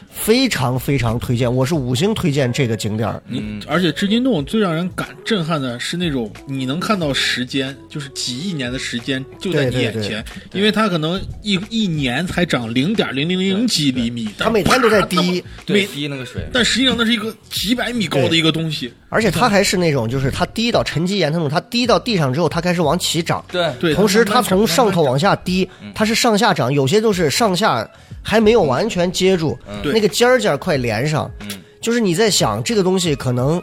S1: 非常非常推荐，我是五星推荐这个景点儿。
S3: 你而且织金洞最让人感震撼的是那种你能看到时间，就是几亿年的时间就在
S1: 对
S3: 你
S1: 对
S3: 眼
S1: 对
S3: 前，因为它可能一一年才长零点零零零几厘米，
S1: 它每天都在滴，
S2: 对
S3: 每
S2: 滴那个水，
S3: 但实际上那是一个几百米高的一个东西，
S1: 而且它还是那种就是它滴到沉积岩那种，它滴到地上之后，它开始往起长。
S2: 对
S3: 对，
S1: 同时
S3: 它
S1: 它
S3: 慢慢
S1: 从上头
S3: 慢慢嗯
S1: 往下滴，它是上下涨，有些就是上下还没有完全接住，
S3: 嗯对嗯
S1: 那个尖儿尖儿快连上。就是你在想这个东西，可能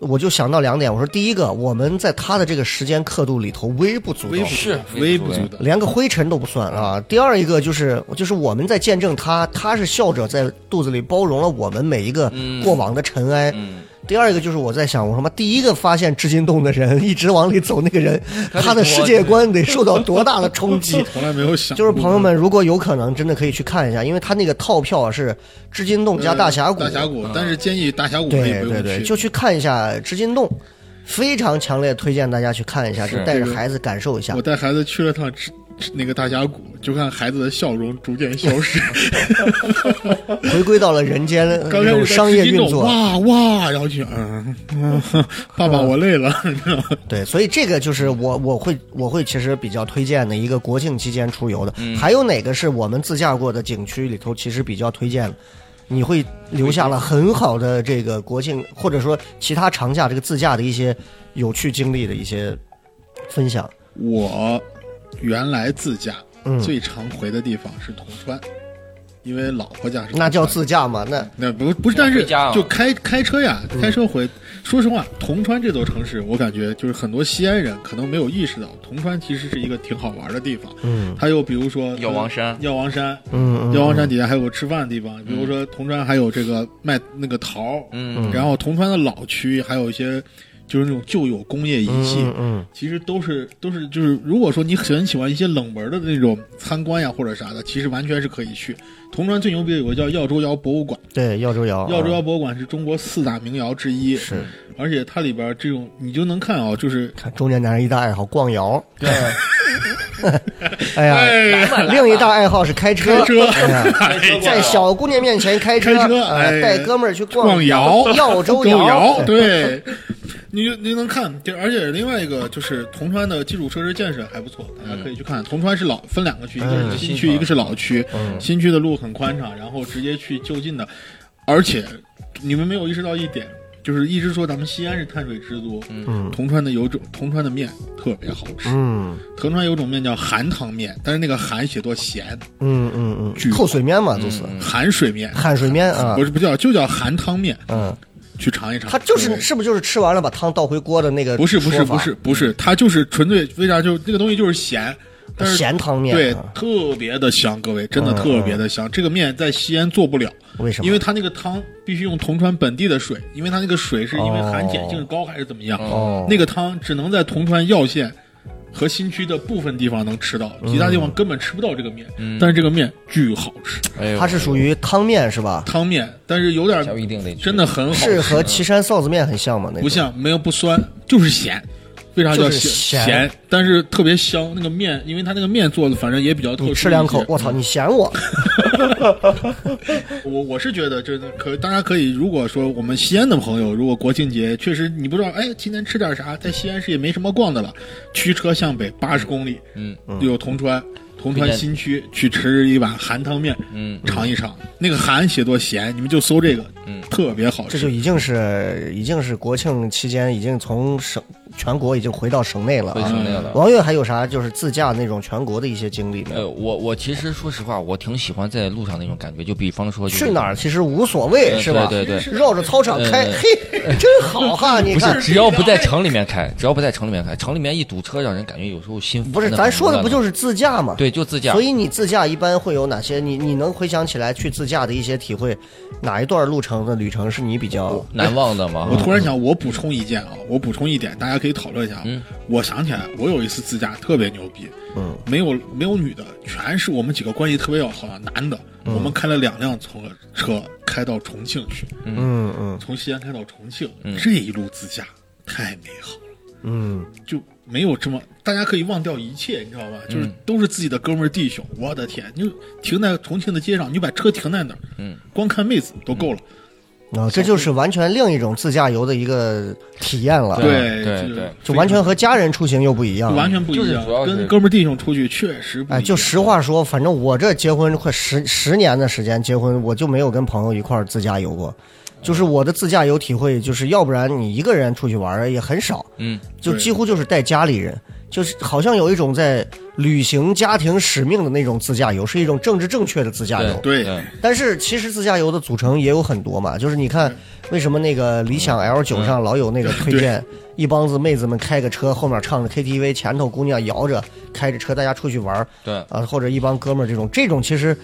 S1: 我就想到两点，我说第一个，我们在它的这个时间刻度里头微不足道
S3: 微。不
S2: 是
S3: 微不足道。
S1: 连个灰尘都不算啊！第二一个就是，就是我们在见证它，它是笑着在肚子里包容了我们每一个过往的尘埃。
S2: 嗯，
S1: 第二个就是我在想，我他妈第一个发现织金洞的人，一直往里走那个人，
S2: 他得
S1: 他的世界观得受到多大的冲击？
S3: 从来没有想，
S1: 就是朋友，们，如果有可能，真的可以去看一下，因为他那个套票啊是织金洞加大峡谷，
S3: 大峡谷，但是建议大峡谷可以
S1: 对
S3: 不
S1: 对
S3: 用
S1: 对，
S3: 去，
S1: 就去看一下织金洞，非常强烈推荐大家去看一下，
S2: 是
S1: 就带着孩子感受一下
S3: 我。带孩子去了趟吃吃那个大峡谷，就看孩子的笑容逐渐消失。
S1: 回归到了人间呃
S3: 刚
S1: 那
S3: 开始
S1: 种商业运作，
S3: 哇哇，然后就嗯 嗯，爸爸我累了， 你知道吗？
S1: 对，所以这个就是我我会我会其实比较推荐的一个国庆期间出游的。还有哪个是我们自驾过的景区里头其实比较推荐的？你会留下了很好的这个国庆或者说其他长假这个自驾的一些有趣经历的一些分享。
S3: 我原来自驾
S1: 嗯
S3: 最常回的地方是铜川，因为老婆家是
S1: 那叫
S3: 铜川
S1: 自驾吗？那
S3: 那不不是，但是
S2: 回家啊
S3: 就开开车呀，开车回。说实话，铜川这座城市，我感觉就是很多西安人可能没有意识到，铜川其实是一个挺好玩的地方。
S1: 嗯
S3: 还有比如说呃
S2: 药王山
S3: 药王山，
S1: 嗯
S3: 药王山底下还有个吃饭的地方，比如说铜川还有这个卖那个桃儿，
S2: 嗯
S3: 然后铜川的老区还有一些就是那种旧有工业遗迹，
S1: 嗯嗯
S3: 其实都是都是就是，如果说你很喜欢一些冷门的那种参观呀或者啥的，其实完全是可以去。铜川最牛逼的有个叫耀州窑博物馆，
S1: 嗯，对，耀州窑，
S3: 耀州窑博物馆是中国四大名窑之一，
S1: 是
S3: 而且它里边这种你就能看啊，就是
S1: 看中年男人一大爱好逛窑，
S2: 对，
S1: 哎呀，
S2: 来吧来吧
S1: 另一大爱好是开车，
S3: 开车
S1: 哎 呀
S2: 开车过来
S1: 在小姑娘面前开
S3: 开车
S1: 啊
S3: 哎
S1: 带哥们儿去
S3: 逛
S1: 窑，
S3: 窑
S1: 耀州
S3: 狗窑，
S1: 哎
S3: 对，你就你就能看，就而且另外一个就是铜川的基础设施建设还不错，大家可以去看。
S1: 嗯
S3: 铜川是老分两个区，一个是新
S2: 新
S3: 区，
S2: 区
S3: 一个是老区。新区的路很宽敞，然后直接去就近的，而且你们没有意识到一点。就是一直说咱们西安是碳水之都，
S1: 嗯
S3: 铜川的有种铜川的面特别好吃，
S1: 嗯
S3: 铜川有种面叫含糖面，但是那个含写作咸，
S1: 嗯嗯嗯，
S3: 巨
S1: 扣水面嘛，就是
S3: 含水面，
S1: 汗水面嗯啊
S3: 不，是不叫就叫含汤面，
S1: 嗯，
S3: 去尝一尝。
S1: 他就是
S3: 对
S1: 是不是就是吃完了把汤倒回锅的那个？
S3: 不是不是不是，不
S1: 嗯
S3: 是，它就是纯粹为啥就这个东西就是咸，但是
S1: 咸汤面，
S3: 对
S1: 啊
S3: 特别的香，各位真的
S1: 嗯
S3: 特别的香。这个面在西安做不了，
S1: 为什么？
S3: 因为它那个汤必须用铜川本地的水，因为它那个水是因为
S1: 哦
S3: 含碱性高还是怎么
S2: 嗯
S3: 样，
S1: 哦，
S3: 那个汤只能在铜川耀县。和新区的部分地方能吃到，
S1: 嗯
S3: 其他地方根本吃不到这个面。但是这个面巨好吃，
S2: 哎呦
S1: 它是属于汤面是吧？
S3: 汤面，啊但是有点
S2: 下午一定得去
S3: 真的很好吃，
S1: 是和岐山臊子面很像吗？那种
S3: 不像，没有不酸，就是咸。为啥叫
S1: 就是咸
S3: 咸？但是特别香。那个面，因为它那个面做的，反正也比较特殊。
S1: 你吃两口，我！操，你嫌我？
S3: 我我是觉得这可当然可以。如果说我们西安的朋友，如果国庆节确实你不知道，哎，今天吃点啥，在西安市也没什么逛的了，驱车向北八十公里，
S2: 嗯，
S3: 有铜川。铜
S2: 推
S3: 川
S2: 荐
S3: 新区去吃一碗韩汤面，
S2: 嗯，
S3: 尝一尝那个韩写作咸，你们就搜这个，
S2: 嗯
S3: 特别好
S1: 这就
S3: 吃。
S1: 已经是已经是国庆期间已经从省全国已经回到省内了
S2: 回
S1: 啊。
S2: 省内了。
S1: 王悦还有啥就是自驾那种全国的一些经历没有？
S2: 呃，我我其实说实话，我挺喜欢在路上那种感觉，就比方说就是
S1: 去哪儿其实无所谓，
S2: 呃
S1: 是吧？
S2: 对对对
S1: 绕着操场开，
S2: 呃
S1: 嘿，真好 哈！你
S2: 不
S1: 看
S2: 是，，只要不在城里面开，只要不在城里面开，城里面一堵车，让人感觉有时候心
S1: 不是，
S2: 烦得
S1: 咱
S2: 很
S1: 说的
S2: 乱
S1: 不就是自驾吗？
S2: 对，就自驾
S1: 所。以你自驾一般会有哪些？你你能回想起来去自驾的一些体会？哪一段路程的旅程是你比较？
S2: 难忘的嘛
S3: 我，突然想，我补充一件啊，我补充一点，大家可以讨论一下。
S2: 嗯
S3: 啊。我想起来，我有一次自驾特别牛逼，
S1: 嗯，
S3: 没有没有女的，全是我们几个关系特别要好的男的。
S2: 嗯
S3: 我们开了两辆车，车开到重庆去，
S1: 嗯嗯
S3: 从西安开到重庆，
S2: 嗯
S3: 这一路自驾太美好了，
S1: 嗯，
S3: 就没有这么。大家可以忘掉一切，你知道吧？就是
S2: 嗯
S3: 都是自己的哥们儿弟兄。我的天，你就停在重庆的街上，你就把车停在那儿，
S2: 嗯，
S3: 光看妹子都够了。
S1: 啊，这就是完全另一种自驾游的一个体验了，
S2: 对
S3: 对
S2: 对对
S1: 就完全和家人出行又不一样。
S3: 完全不一
S2: 就是
S3: 样
S2: 主要，是
S3: 跟哥们儿弟兄出去确实不一
S1: 哎，
S3: 样。
S1: 就实话说，反正我这结婚快十十年的时间，结婚我就没有跟朋友一块儿自驾游过。就是我的自驾游体会，就是要不然你一个人出去玩儿也很少，
S2: 嗯，
S1: 就
S3: 对
S1: 几乎就是带家里人，就是好像有一种在履行家庭使命的那种自驾游，是一种政治正确的自驾游。
S3: 对
S2: 对
S1: 但是其实自驾游的组成也有很多嘛，就是你看为什么那个理想
S3: 嗯
S1: L 九上老有那个推荐，一帮子妹子们开个车，后面唱着 KTV，前头姑娘摇着开着车，大家出去玩儿
S2: 对，
S1: 啊，或者一帮哥们儿这种，这种其实，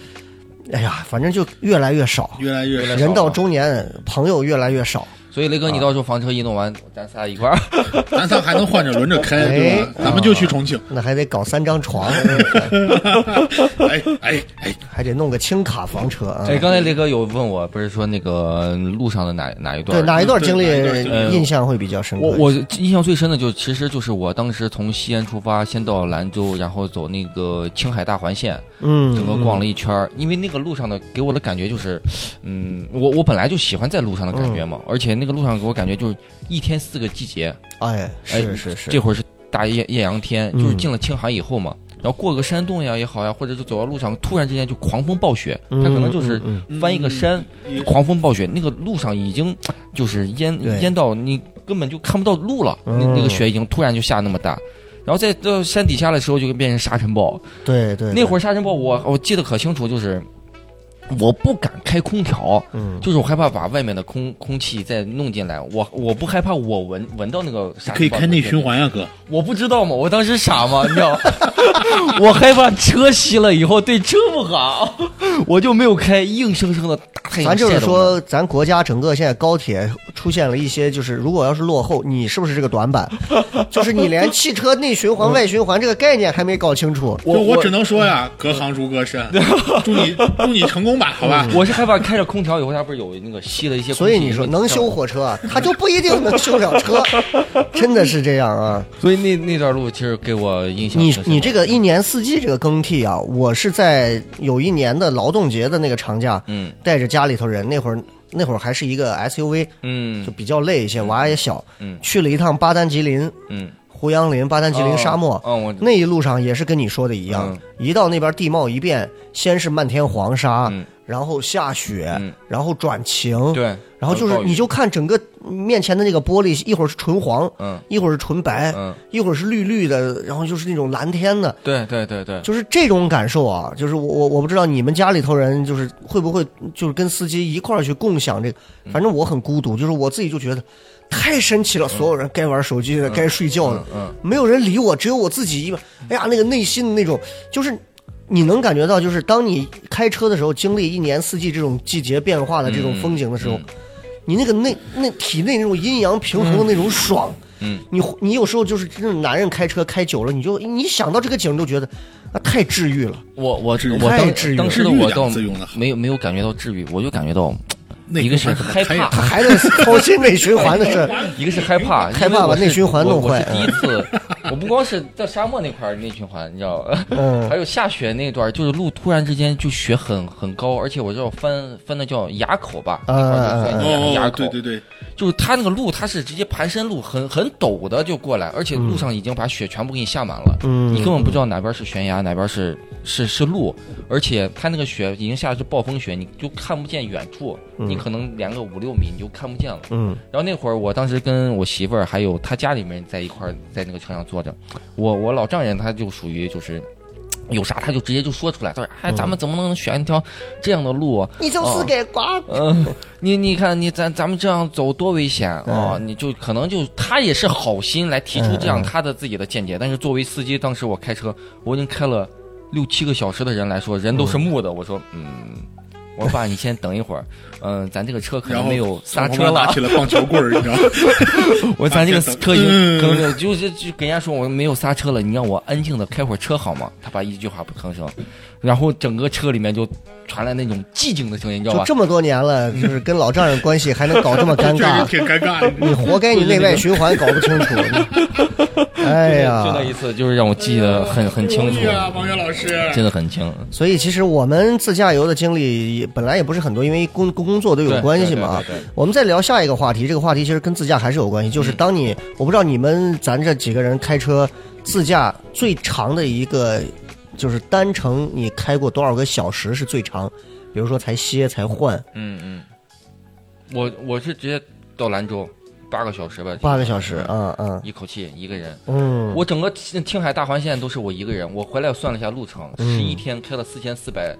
S1: 哎呀，反正就越来越少，
S3: 越来越
S2: 越来越少
S1: 人到中年，朋友越来越少。
S2: 所以雷哥，你到时候房车一弄完，咱仨一块儿。
S1: 嗯
S3: 咱仨还能换着轮着开，
S1: 哎
S3: 对吧？咱们就去重庆。
S1: 那还得搞三张 床，
S3: 哎哎哎，
S1: 还得弄个轻卡房车啊。
S2: 哎，刚才雷哥有问我，不是说那个路上的哪哪一段
S1: 对
S2: 儿？
S1: 哪一段经历
S3: 对哪一段经
S2: 历
S1: 印象会比较深刻？
S2: 我我印象最深的就其实就是我当时从西安出发，先到兰州，然后走那个青海大环线，
S1: 嗯，
S2: 整个逛了一圈儿。因为那个路上的给我的感觉就是，嗯，我我本来就喜欢在路上的感觉
S1: 嗯
S2: 嘛，而且那个路上给我感觉就是一天四个季节，
S1: 哎，
S2: 哎
S1: 是是是，
S2: 这会儿是大艳艳阳天，就是
S1: 嗯
S2: 进了青海以后嘛，然后过个山洞呀也好呀，或者是走到路上突然之间就狂风暴雪，它
S1: 嗯
S2: 可能就是
S1: 嗯
S2: 翻一个山，
S3: 嗯
S2: 狂风暴雪，那个路上已经就是淹
S1: 对
S2: 淹到你根本就看不到路了，那
S1: 嗯
S2: 那个雪已经突然就下那么大。然后再到山底下的时候，就变成沙尘暴。
S1: 对对，
S2: 那会
S1: 儿
S2: 儿沙尘暴我，我记得可清楚，就是我不敢开空调，
S1: 嗯，
S2: 就是我害怕把外面的空空气再弄进来。我我不害怕我闻闻到那个沙尘暴。
S3: 可以开内循环呀，哥。
S2: 我不知道嘛，我当时傻嘛，你知道， 我害怕车熄了以后对车不好， 我就没有开，硬生生的大太阳
S1: 咱就是
S2: 晒到我，
S1: 说，咱国家整个现在高铁出现了一些，就是如果要是落后，你是不是这个短板？ 就是你连汽车内循
S2: 嗯
S1: 环、外循环这个概念还没搞清楚。
S2: 我
S3: 就我
S2: 我
S3: 只能说呀，隔行如隔山，祝你祝你成功吧，好吧？
S2: 我是害怕开着空调以后，它不是有那个吸了一些空气，
S1: 所以你说
S2: 那个
S1: 能修火车啊，他就不一定能修了 车，真的是这样啊！
S2: 所以那那段路其实给我印象
S1: 你
S2: 挺深的
S1: 你这个一年四季这个更替啊，我是在有一年的劳动节的那个长假，
S2: 嗯
S1: 带着家里头人，那会儿那会儿还是一个 SUV，
S2: 嗯
S1: 就比较累一些，娃也小，
S2: 嗯
S1: 去了一趟巴丹吉林、
S2: 嗯，
S1: 胡杨林、巴丹吉林沙漠，
S2: 嗯我
S1: 那一路上也是跟你说的一样，
S2: 嗯
S1: 一到那边地貌一变，先是漫天黄沙，
S2: 嗯
S1: 然后下雪，
S2: 嗯
S1: 然后转晴，
S2: 对，
S1: 然后就是
S2: 暴雨
S1: 你就看整个面前的那个玻璃，一会儿是纯黄，
S2: 嗯
S1: 一会儿是纯白，
S2: 嗯
S1: 一会儿是绿绿的，然后就是那种蓝天的，
S2: 对对对对，
S1: 就是这种感受啊。就是我我我不知道你们家里头人就是会不会就是跟司机一块儿去共享这个，
S2: 嗯
S1: 反正我很孤独，就是我自己就觉得太神奇了，所有人该玩手机的，该睡觉的
S2: 嗯，嗯
S1: 没有人理我，只有我自己一个。哎呀，那个内心的那种，就是你能感觉到，就是当你开车的时候，经历一年四季这种季节变化的这种风景的时
S2: 嗯
S1: 候，你那个内那体内那种阴阳平衡的那种爽，
S2: 嗯
S1: 你你有时候就是这种男人开车开久了，你就你想到这个景就觉得啊太治愈了。
S2: 我我
S3: 治愈
S2: 我
S1: 太
S2: 当
S1: 治愈
S2: 当时的
S3: 了
S2: 我
S3: 治愈
S2: 倒
S3: 两次用得好
S2: 没有没有感觉到治愈，我就感觉到
S3: 那
S2: 一个是
S3: 可能
S2: 害
S3: 开呀
S1: 他。
S2: 怕
S1: 还在 操心内循环的事儿，
S2: 一个是害怕，
S1: 害
S2: 因为
S1: 怕把
S2: 我是
S1: 内循环弄坏嗯
S2: 我我是第一次，我不光是在沙漠那块儿内循环，你知道 吧？
S1: 嗯
S2: 还有下雪那段儿，就是路突然之间就雪很很高，而且我知道翻翻的叫垭口吧，
S1: 嗯
S2: 那块儿就
S1: 嗯
S2: 算
S1: 嗯
S2: 垭
S3: 哦
S2: 垭，口
S3: 对，对对，
S2: 就是它那个路，它是直接盘山路，很很陡的就过来，而且路上已经把雪全部给你下满了，
S1: 嗯
S2: 你根本不知道哪边是悬崖，哪边是是是路，而且它那个雪已经下的是暴风雪，你就看不见远处，你可能连个五六米你就看不见了。
S1: 嗯
S2: 然后那会儿，我当时跟我媳妇儿还有她家里面在一块儿，在那个车上坐着。我我老丈人他就属于就是，有啥他就直接就说出来，他说：“哎，
S3: 嗯
S2: 咱们怎么能选一条这样的路？
S1: 你就是给瓜，
S2: 嗯、 你你看你咱咱们这样走多危险啊、你就可能就他也是好心来提出这
S3: 嗯
S2: 样他的自己的见解，但是作为司机，当时我开车，我已经开了六七个小时的人来说，人都是木的。我说，嗯，我说爸，你先等一会儿，嗯、咱这个车可
S3: 然
S2: 能
S3: 后
S2: 没有刹
S3: 从
S2: 车
S3: 旁边
S2: 了
S3: 拿。起了棒球棍儿，你知道吗？
S2: 我咱这个车已经
S3: 嗯
S2: 可能就是就跟人家说我没有刹车了，你让我安静的开会儿车好吗？他爸一句话不吭声，然后整个车里面就传来那种寂静的声音，你知道
S1: 就
S2: 吧？
S1: 这么多年 了，就是跟老丈人关系还能搞这么尴
S3: 确实
S1: 尬，
S3: 挺尴尬的。
S1: 你活该你内外循环搞不清楚。 哎呀，
S2: 就那一次，就是让我记得很很清楚
S3: 不容，易啊，王源老师。。
S2: 真的很清。
S1: 所以其实我们自驾游的经历也本来也不是很多，因为工工作都有关系嘛。
S2: 对对对对
S1: 我们再聊下一个话题，这个话题其实跟自驾还是有关系，
S2: 嗯
S1: 就是当你、我不知道你们咱这几个人开车自驾最长的一个就是单程你开过多少个小时是最长？比如说才歇才换
S2: 嗯嗯，我我是直接到兰州八个小时吧，嗯
S1: 八个小时，啊啊
S2: 一口气一个人。
S1: 嗯
S2: 我整个青青海大环线都是我一个人，我回来我算了一下路程，
S1: 嗯
S2: 十一天开了四千四百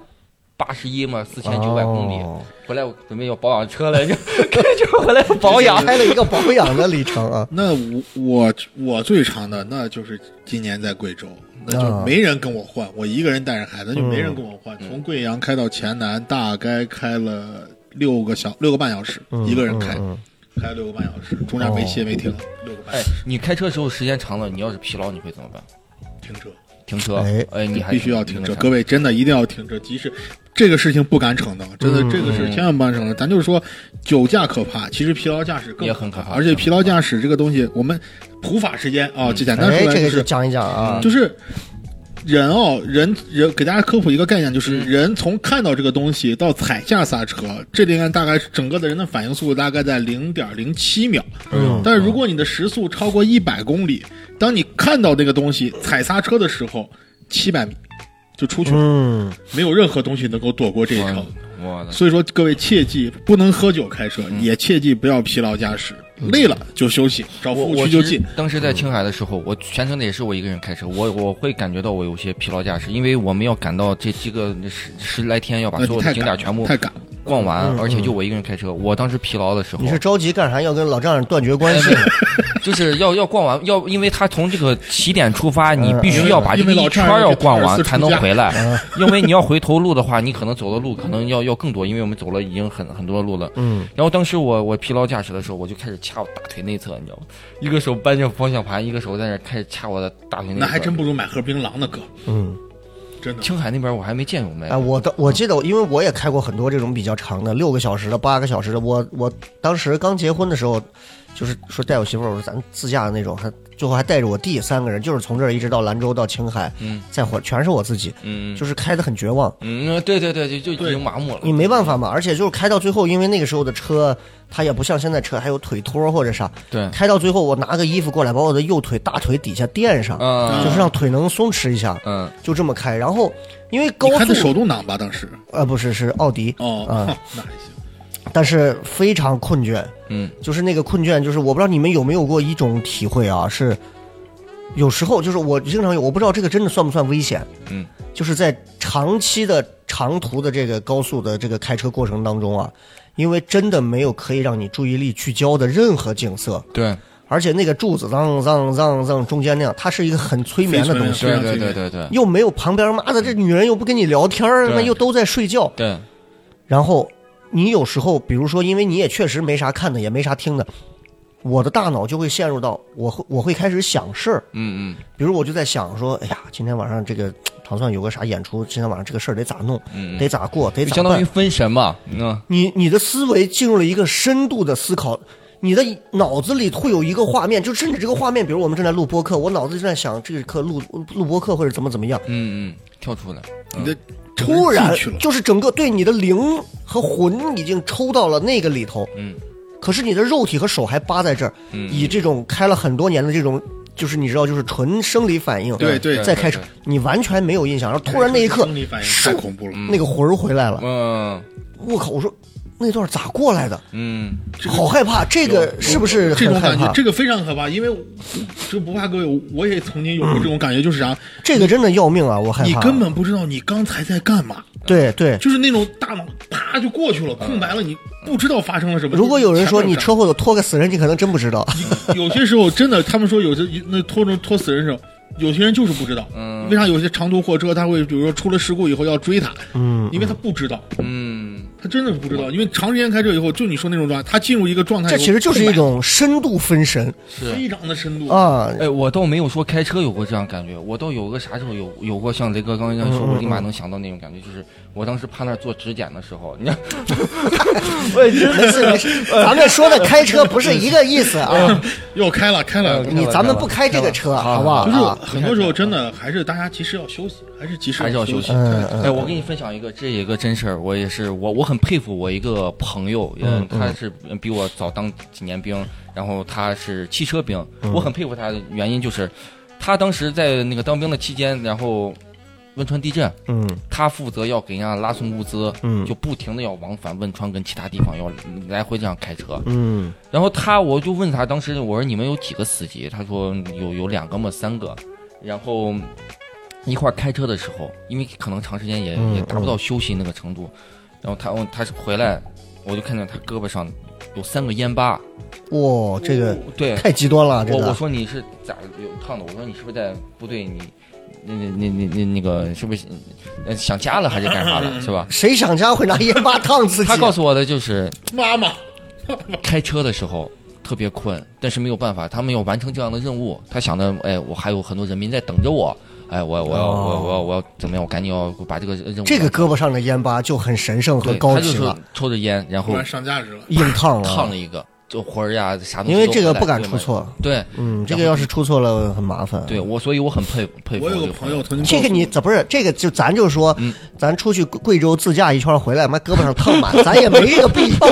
S2: 八十一嘛，四千九百公里。
S1: 哦
S2: 回来我准备要保 养车来着，就回来保养。
S1: 开了一个保养的里程啊
S3: 那我我我最长的那就是今年在贵州，那
S1: 啊
S3: 就没人跟我换，我一个人带着孩子，那就没
S1: 嗯
S3: 人跟我
S2: 嗯
S3: 换。从贵阳开到黔南，大概开了六个小六个半小时，
S1: 嗯
S3: 一个人开，开了六个半小时，中
S1: 哦
S3: 间没歇没停，六个半
S2: 哎
S3: 小时，
S2: 你开车时候时间长了，你要是疲劳，你会怎么办？
S3: 停车。
S2: 停车
S1: 哎，
S2: 哎，你还
S3: 必须要
S2: 挺
S3: 停
S2: 那
S3: 车，
S2: 啥
S3: 各位真的一定要停车，即使这个事情不敢逞能，真
S1: 嗯
S3: 的、这个
S2: 嗯
S3: 事千万不敢逞能。咱就是说，酒驾可怕，其实疲劳驾驶更
S2: 也很嗯可怕
S3: 而且疲劳驾驶这个东西，我们普法时间啊，这简单
S1: 哎
S3: 说，来
S1: 这
S3: 就
S1: 个
S3: 是
S1: 就讲一讲啊。
S3: 就是人哦，人人给大家科普一个概念，就是
S2: 嗯
S3: 人从看到这个东西到踩下刹车，这里面大概整个的人的反应速度大概在零点零七秒。
S1: 嗯
S3: 但是如果你的时速超过一百公里，当你看到那个东西踩刹车的时候，七百米就出去了，
S1: 嗯，
S3: 没有任何东西能够躲过这一程。
S2: 嗯我的
S3: 所以说，各位切记不能喝酒开车，
S2: 嗯
S3: 也切记不要疲劳驾驶，累了就休息，找服务
S2: 我
S3: 区就
S2: 其实
S3: 近。
S2: 当时
S1: 嗯
S2: 在青海的时候，我全程的也是我一个人开车，我我会感觉到我有些疲劳驾驶，因为我们要赶到这几个十十来天要把
S3: 那
S2: 所有
S3: 你
S2: 的
S3: 太
S2: 景
S3: 赶
S2: 点
S3: 了，
S2: 全部
S3: 太赶了。
S2: 逛完
S1: 嗯，
S2: 而且就我一个人开车，我当时疲劳的时候
S1: 你，是着急干啥？要跟老丈人断绝关系？
S2: 就是要要逛完，要因为他从这个起点出发，你必须要把这
S3: 呃因为
S2: 个一
S3: 老
S2: 圈
S3: 丈
S2: 儿
S3: 人
S2: 要
S3: 是
S2: 逛完
S3: 24
S2: 才能
S3: 出家
S2: 回来，因为你要回头路的话，你可能走的路可能要要更多，因为我们走了已经很很多路了。
S1: 嗯，
S2: 然后当时我我疲劳驾驶的时候，我就开始掐我大腿内侧，你知道吗？一个手扳着方向盘，一个手在那儿开始掐我的大腿内侧。
S3: 那还真不如买盒槟榔呢，哥，
S1: 嗯。
S3: 真的。
S2: 青海那边我还没见有卖
S1: 哎，。我的我记得，因为我也开过很多这种比较长的，六个小时的、八个小时的。我我当时刚结婚的时候，就是说带我媳妇儿，我说咱自驾的那种，还最后还带着我弟三个人，就是从这儿一直到兰州到青海，
S2: 嗯，
S1: 再回全是我自己，
S2: 嗯
S1: 就是开的很绝望，
S2: 嗯，对对对，就就已
S3: 对
S2: 经麻木了。
S1: 你没办法嘛。而且就是开到最后，因为那个时候的车，它也不像现在车还有腿托或者啥，
S2: 对，
S1: 开到最后我拿个衣服过来把我的右腿大腿底下垫
S3: 啊
S1: 上，
S2: 嗯
S1: 就是让腿能松弛一下，
S2: 嗯，
S1: 就这么开。然后因为高
S3: 你开的手
S1: 速，
S3: 动挡吧，当时
S1: 呃，不是是奥迪，
S3: 哦，
S1: 啊
S3: 那还行。
S1: 但是非常困倦。
S2: 嗯，
S1: 就是那个困倦，就是我不知道你们有没有过一种体会啊，是有时候就是我经常有，我不知道这个真的算不算危险，
S2: 嗯，
S1: 就是在长期的长途的这个高速的这个开车过程当中啊，因为真的没有可以让你注意力聚焦的任何景色，
S2: 对
S1: 而且那个柱子当当当当中间那样，它是一个很催眠的东西，
S3: 非
S2: 对
S3: 常
S2: 对
S3: 幸
S2: 对
S3: 运
S2: 对对
S1: 又没有旁边妈的这女人又不跟你聊天儿，
S2: 对
S1: 那又都在睡觉，
S2: 对，
S1: 然后你有时候，比如说，因为你也确实没啥看的，也没啥听的，我的大脑就会陷入到我会我会开始想事儿，
S2: 嗯嗯
S1: 比如我就在想说，哎呀，今天晚上这个糖蒜有个啥演出，今天晚上这个事儿得咋弄，
S2: 嗯，
S1: 得咋过，得
S2: 就
S1: 咋
S2: 相当
S1: 办？
S2: 于分神嘛，嗯，
S1: 你你的思维进入了一个深度的思考。你的脑子里会有一个画面，就甚至这个画面，比如我们正在录播客，我脑子就在想这个课录录播课或者怎么怎么样，
S2: 嗯嗯，跳出来，
S3: 你的
S1: 突然
S3: 进去了，
S1: 就是整个对你的灵和魂已经抽到了那个里头，
S2: 嗯，
S1: 可是你的肉体和手还扒在这儿，
S3: 嗯
S1: 以这种开了很多年的这种，就是你知道，就是纯生理反应，
S3: 对对
S1: 在开车
S2: 对对
S1: 你完全没有印象，然后突然那一刻
S3: 生理反，应太
S1: 嗖
S3: 恐怖了，
S1: 那个魂儿回来了，
S2: 嗯
S1: 我靠，我说那段咋过来的？
S2: 嗯，
S1: 好害怕，这个是不是
S3: 这
S1: 很
S3: 种
S1: 害
S3: 感觉
S1: 怕？
S3: 这个非常可怕，因为这不怕各位，我也曾经有过这种感觉，就是啥，
S1: 这个真的要命啊！我嗯害怕，
S3: 你根本不知道你刚才在干嘛，
S1: 对对。
S3: 就是那种大脑啪就过去了，空白了，你不知道发生了什么。
S1: 如果有人说你
S3: 车，
S1: 车祸了拖个死人，你可能真不知道。
S3: 有些时候真的，他们说有些那拖着拖死人时候。有些人就是不知道，为啥有些长途货车他会，比如说出了事故以后要追他，嗯，因为他不知道，
S2: 嗯，
S3: 他真的是不知道，因为长时间开车以后，就你说那种状态，他进入一个状态以
S1: 这
S3: 后，
S1: 其实就是一种深度分神
S2: 是
S3: 非常的深度，
S1: 啊！
S2: 哎，我倒没有说开车有过这样感觉，我倒有个啥时候有有过像雷哥刚刚说，我立马能想到那种感觉，就是我当时趴那儿做指检的时候，你看，我也是
S1: 没事没事，咱们说的开车不是一个意思啊！
S3: 又开了开了，
S1: 你咱们不开这个车，好不好
S3: 就是
S1: 啊？
S3: 很多时候真的还是大家及时要休息，还是及时
S2: 还是要
S3: 休
S2: 休息。
S1: 嗯嗯
S2: 哎，我给你分享一个，这也一个真事儿，我也是，我我很佩服我一个朋友，嗯，他是比我早当几年兵，然后他是汽车兵，我很佩服他的原因就是，他当时在那个当兵的期间，然后汶川地震，
S1: 嗯
S2: 他负责要给人家拉送物资，
S1: 嗯
S2: 就不停的要往返汶川跟其他地方要来回这样开车，
S1: 嗯
S2: 然后他，我就问他，当时我说你们有几个司机？他说有有两个嘛，三个。然后一块儿开车的时候，因为可能长时间也、
S1: 嗯
S2: 也达不到休息那个程度，然后他我他回来，我就看见他胳膊上有三个烟疤。哦
S1: 哇，哦这个
S2: 对，
S1: 太极端了，这
S2: 我我
S1: 个
S2: 说你是咋有烫的？我说你是不是在部队你那那那那那那个是不是呃想家了还是干啥 了是吧？
S1: 谁想家会拿烟巴烫自己？啊
S2: 他告诉我的就是呃
S3: 妈
S2: 嗯
S3: 妈，
S2: 开车的时候特别困，但是没有办法，他们要完成这样的任务。他想着，哎，我还有很多人民在等着我，哎，我我要、
S1: 哦
S2: 我我要我要怎么样？我赶紧要把这个任务
S1: 这个胳膊上的烟巴就很神圣和
S2: 对，
S1: 高啊
S2: 他就
S1: 级
S2: 是
S1: 了，
S2: 抽着烟，然
S3: 突
S2: 后
S3: 然上价值了，
S1: 硬烫
S2: 烫
S1: 了，
S2: 了一个，就魂儿呀啥
S1: 因
S2: 东西都
S1: 为
S2: 回来。
S1: 这个不敢
S2: 对
S1: 出。错。
S2: 对
S1: 嗯，这个要是出错了很麻烦。
S2: 对我，所以我很佩服佩服
S3: 我有
S2: 这
S3: 个
S2: 个
S3: 朋友，曾经
S1: 这个你
S3: 告诉
S1: 咋不是？这个就咱就说，咱出去贵贵州自驾一圈回来，妈胳膊上烫满，咱也没这个必要。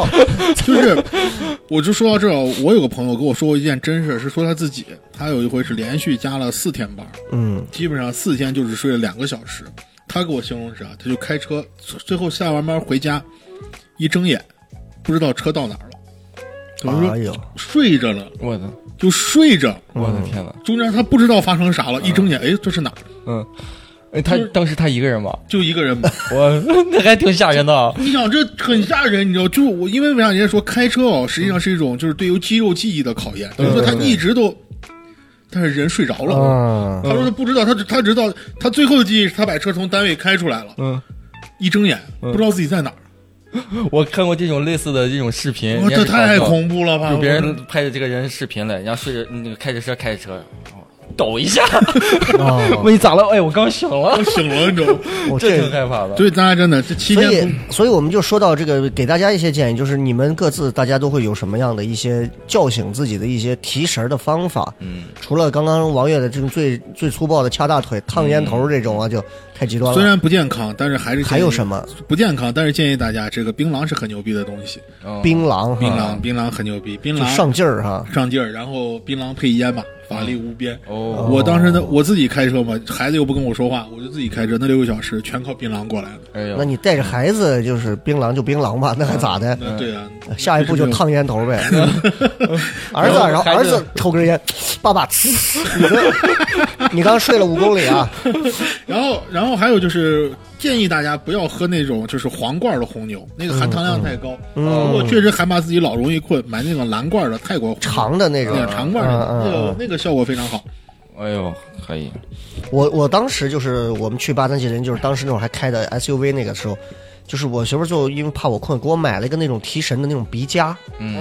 S3: 我就是， 我就说到这儿，我有个朋友跟我说过一件真事儿，是说他自己，他有一回是连续加了四天班儿，
S1: 嗯
S3: 基本上四天就是睡了两个小时。他给我形容是啥？他就开车，最后下完班回家，一睁眼不知道车到哪儿了，等于
S1: 哎
S3: 说
S1: 呦，
S3: 睡着了，
S2: 我的
S3: 就睡着，
S2: 我
S1: 嗯
S2: 的天呐，
S3: 中间他不知道发生啥了，一睁眼，哎，这是哪儿？
S2: 嗯，哎，他当时他一个人吧，
S3: 就一个人嘛。
S2: 我 那还挺吓人的。啊
S3: 你想这很吓人，你知道？就是我，因为为啥人家说开车哦，实际上是一种就是对于肌肉记忆的考验。等于说他一直都，但是人睡着了。
S1: 嗯，
S3: 他说他不知道，他只他直到他最后的记忆是他把车从单位开出来了，
S2: 嗯，
S3: 一睁眼
S1: 嗯
S3: 不知道自己在哪儿。
S2: 我看过这种类似的这种视频，人
S3: 哇，
S2: 家
S3: 这
S2: 是
S3: 太
S2: 搞笑
S3: 恐怖了
S1: 啊
S3: 吧！
S2: 有别
S3: 我
S2: 人拍的这个人视频了，然后睡着那个开着车开着车，然后抖一 下，
S1: 哦
S2: 问你咋了？哎，我刚醒了
S3: 我，醒了，你知道吗？
S1: 我
S2: 这
S1: 这
S2: 挺害怕的。
S3: 所以大家真的这七
S1: 所
S3: 天
S1: 以，所以我们就说到这个，给大家一些建议，就是你们各自大家都会有什么样的一些叫醒自己的一些提神儿的方法。
S2: 嗯，
S1: 除了刚刚王月的这种最最粗暴的掐大腿、烫烟头这种啊，就太极端
S3: 虽
S1: 了。
S3: 然不健康，但是还是
S1: 还有什
S3: 么
S1: 么
S3: 不健康？但是建议大家，这个槟榔是很牛逼的东西，
S2: 嗯
S1: 槟榔哈？
S3: 槟榔槟榔很牛逼，槟
S1: 啊就
S3: 榔
S1: 上劲儿哈。
S3: 上劲儿，然后槟榔配烟吧，法力无边。
S2: 哦，
S3: 我当时呢，我自己开车嘛，孩子又不跟我说话，我就自己开车，那六个小时全靠槟榔过来的。
S2: 哎
S1: 那
S2: 呦，
S1: 你带着孩子就是槟榔就槟榔吧，那还咋的？
S3: 那对啊，
S1: 下一步就烫烟头 呗。儿子，然后儿子抽根烟，爸爸，呲你这你刚睡了五公里 啊？
S3: 然后，然后还有就是建议大家不要喝那种就是黄罐的红牛，那个含糖
S1: 嗯
S3: 量太高。
S1: 哦
S3: 如果确实害怕自己老容易困，买那种蓝罐的泰国红牛
S1: 长的那
S3: 那
S1: 种。
S3: 个长罐的，
S1: 嗯嗯
S3: 那个
S1: 嗯
S3: 那个效果非常好。
S2: 哎呦，可以，
S1: 我我当时就是我们去八三七零，就是当时那会儿还开的 SUV 那个时候，就是我媳妇儿就因为怕我困，给我买了一个那种提神的那种鼻夹，
S2: 嗯，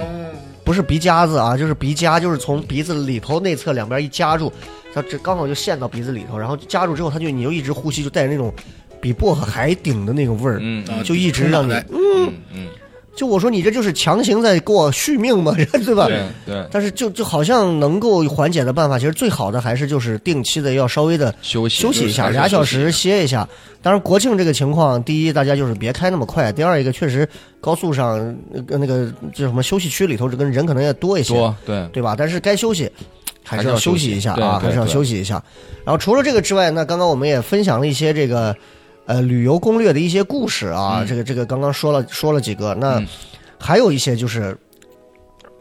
S1: 不是鼻夹子啊，就是鼻夹，就是从鼻子里头内侧两边一夹住，它这刚好就陷到鼻子里头，然后夹住之后，它就你就一直呼吸，就带着那种比薄荷还顶的那种味儿，
S2: 嗯
S3: 啊，
S1: 就一直让你
S3: 来
S2: 嗯嗯，
S1: 就我说你这就是强行在给我续命嘛，对吧？
S2: 对对，
S1: 但是就就好像能够缓解的办法，其实最好的还是就是定期的要稍微的
S2: 休息
S1: 休息一下，
S2: 就是
S1: 俩小时
S2: 休息
S1: 歇一下。当然，国庆这个情况，第一大家就是别开那么快，第二一个确实高速上呃那个叫什么休息区里头，这个人可能也多一些，
S2: 多对
S1: 对吧？但是该休息嗯还是要休息一下啊，还
S2: 还
S1: 是
S2: 是
S1: 要
S2: 要
S1: 休
S2: 休
S1: 息一下。然后除了这个之外，那刚刚我们也分享了一些这个呃旅游攻略的一些故事啊，
S2: 嗯
S1: 这个这个刚刚说了说了几个，那
S2: 嗯
S1: 还有一些就是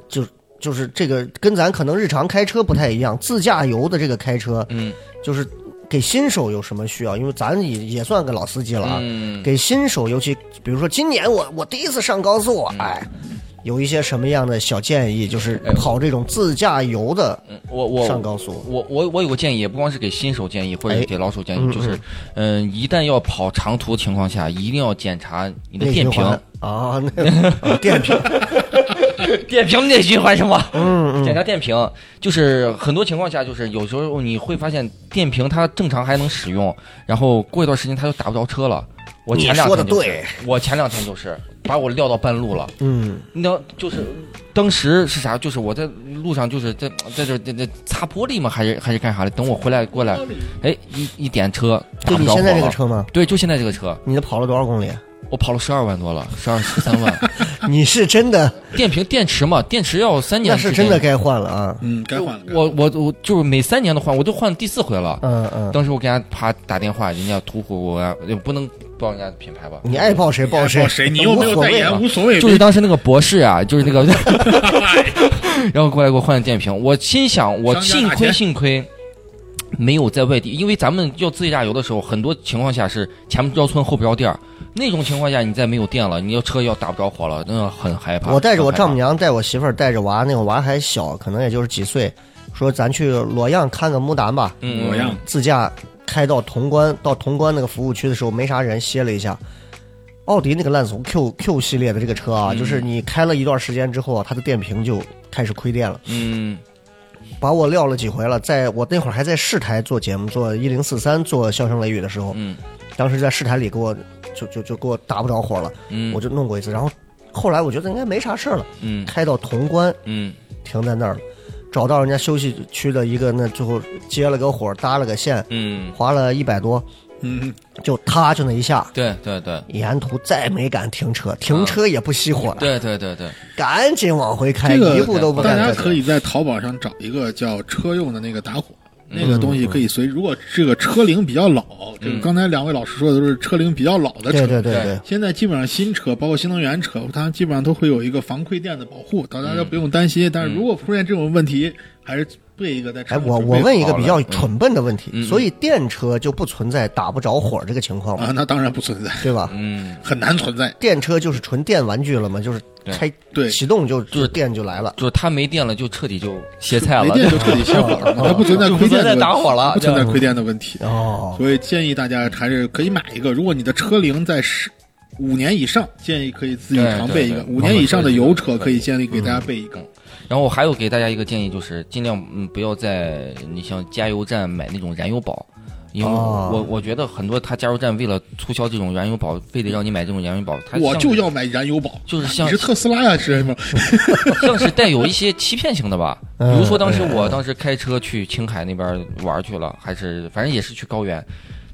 S1: 就就是这个跟咱可能日常开车不太一样，自驾游的这个开车
S2: 嗯
S1: 就是给新手有什么需要？因为咱也也算个老司机了啊，
S2: 嗯，
S1: 给新手，尤其比如说今年我我第一次上高速，哎，有一些什么样的小建议？就是
S2: 嗯哎
S1: 跑这种自驾游的
S2: 嗯我我
S1: 上高速，
S2: 我我我有个建议，也不光是给新手建议，或
S1: 哎
S2: 者给老手建议，
S1: 嗯
S2: 就是，嗯、一旦要跑长途情况下，一定要检查你的
S1: 内
S2: 电
S1: 循
S2: 瓶，
S1: 环啊， 那电 瓶，
S2: 电瓶内循环是吗？
S1: 嗯嗯，
S2: 检查电瓶，就是很多情况下，就是有时候你会发现电瓶它正常还能使用，然后过一段时间它就打不着车了。我前两
S1: 你说的
S2: 天就是，
S1: 对
S2: 我前两天就是把我撂到半路了。
S1: 嗯，
S2: 那就是当时是啥？就是我在路上就是在在这在这擦玻璃嘛，还是还是干啥的？等我回来过来，哎，一一点车打
S1: 就
S2: 不
S1: 你
S2: 着火
S1: 现在这个
S2: 了。
S1: 车吗？
S2: 对，就现在这个车，
S1: 你的跑了多少公里？
S2: 我跑了十二万多了，十二十三 万。
S1: 你是真 的，
S2: 电瓶电池嘛，电池要三年
S1: 那
S2: 时
S1: 是
S2: 间。
S1: 真的该换了啊，
S3: 嗯，该换了。该换了
S2: 我我我就是每三年的换，我都换第四回了。
S1: 嗯嗯，
S2: 当时我给人家啪打电话，人家途虎，我也不能报人家品牌吧？
S1: 你爱报谁报
S3: 谁
S1: 谁，
S3: 谁，哎你又
S1: 无
S3: 没有
S1: 所
S3: 代
S1: 谓
S3: 言，
S1: 嘛，
S3: 无所谓。
S2: 就是当时那个博士啊，就是 那个，然后过来给我换电瓶。我心想，我幸
S3: 商家打
S2: 亏
S3: 钱
S2: 幸亏没有在外地，因为咱们要自驾游的时候，很多情况下是前不着村后不着店儿，那种情况下你再没有电了，你要车要打不着火了，那很害怕。
S1: 我带着我
S2: 很害怕
S1: 丈母娘，带我媳妇儿，带着娃，那会儿娃还小，可能也就是几岁，说咱去洛阳看个牡丹吧，
S2: 嗯，
S3: 我让
S1: 自驾开到潼关，到潼关那个服务区的时候，没啥人，歇了一下。奥迪那个烂怂 Q Q 系列的这个车啊，
S2: 嗯
S1: 就是你开了一段时间之后啊，它的电瓶就开始亏电了，
S2: 嗯
S1: 把我撂了几回了。在我那会儿还在市台做节目，做一零四三做笑声雷雨的时候，
S2: 嗯
S1: 当时在市台里给我就就就给我打不着火了，
S2: 嗯，
S1: 我就弄过一次。然后后来我觉得应该没啥事儿了，
S2: 嗯
S1: 开到潼关
S2: 嗯
S1: 停在那儿了，找到人家休息区的一个那最后接了个火，搭了个线，
S2: 嗯，
S1: 花了一百多。
S3: 嗯，
S1: 就他就那一下，
S2: 对对对
S1: 沿途再没敢停车，停车也不熄火了，
S2: 对对对对，
S1: 赶紧往回开，
S3: 这个
S1: 一步都不
S3: 大
S1: 敢
S3: 家
S1: 再
S3: 可
S1: 停。
S3: 以在淘宝上找一个叫车用的那个打火，那个东西可以随。
S1: 嗯
S3: 如果这个车龄比较老，这个刚才两位老师说的都是车龄比较老的车。
S1: 对对对对，
S3: 现在基本上新车，包括新能源车，它基本上都会有一个防窥电的保护，大家都不用担心。但是如果出现这种问题，还是备一个在车
S1: 嗯哎，
S3: 上
S1: 我
S3: 准备
S1: 我问一个
S3: 好
S1: 比较
S3: 了
S1: 蠢笨的问题，
S2: 嗯嗯
S1: 所以电车就不存在打不着火这个情况吗？
S3: 啊，那当然不存在，
S1: 对吧？
S2: 嗯。
S3: 很难存在。
S1: 电车就是纯电玩具了嘛，就是
S2: 对
S1: 开
S3: 对
S1: 启动就
S2: 就是
S1: 电就来了。
S2: 就是它没电了，就彻底就歇菜
S3: 没
S2: 了，
S3: 电就彻底歇火了，它不 存在
S2: 就不
S3: 亏
S2: 存
S3: 电
S2: 在
S3: 的问题，
S2: 打火了
S3: 不存在
S2: 这样
S3: 亏电的问题。
S1: 哦，
S3: 所以建议大家还是可以买一个。如果你的车龄在十五年以上，建议可以自己
S2: 对
S3: 常
S2: 对
S3: 备一个。
S2: 对
S3: 五年以上的油车
S2: 对对
S3: 可以建议给大家备一个。
S2: 然后我还有给大家一个建议，就是尽量嗯不要在你像加油站买那种燃油宝，因为我、
S1: 哦
S2: 我我觉得很多他加油站为了促销这种燃油宝，非得让你买这种燃油宝，它
S3: 我
S2: 像
S3: 就是要买燃油宝。
S2: 就是
S3: 你
S2: 像
S3: 是特斯拉呀，是什么？
S2: 像是带有一些欺骗性的吧。比
S1: 嗯
S2: 如说当时
S1: 嗯
S2: 我当时开车去青海那边玩去了，还是反正也是去高原，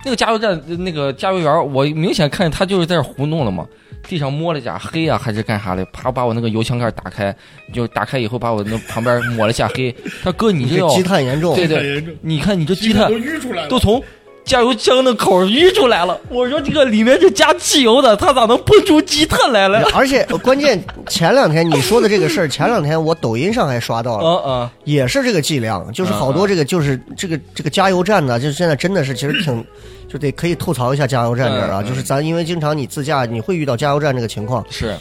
S2: 那个加油站那个加油员，我明显看见他就是在这胡弄了嘛，地上摸了一下黑啊还是干啥的，啪把我那个油箱盖打开，就打开以后把我那旁边抹了一下黑，他哥你这
S1: 这
S2: 要
S1: 积碳严重，
S2: 对对
S3: 很严重，
S2: 你看你这
S3: 鸡
S2: 积
S3: 蛋
S2: 碳
S3: 都淤出来了，
S2: 都从加油箱的口儿淤出来了。我说这个里面是加汽油的，它咋能喷出积碳来了？
S1: 而且呃关键前两天你说的这个事儿，前两天我抖音上还刷到了，
S2: 啊啊，
S1: 也是这个剂量，就是好多这个就是这个这个加油站呢，就是现在真的是其实挺，就得可以吐槽一下加油站这儿啊，
S2: 嗯嗯
S1: 就是咱因为经常你自驾你会遇到加油站这个情况，
S2: 是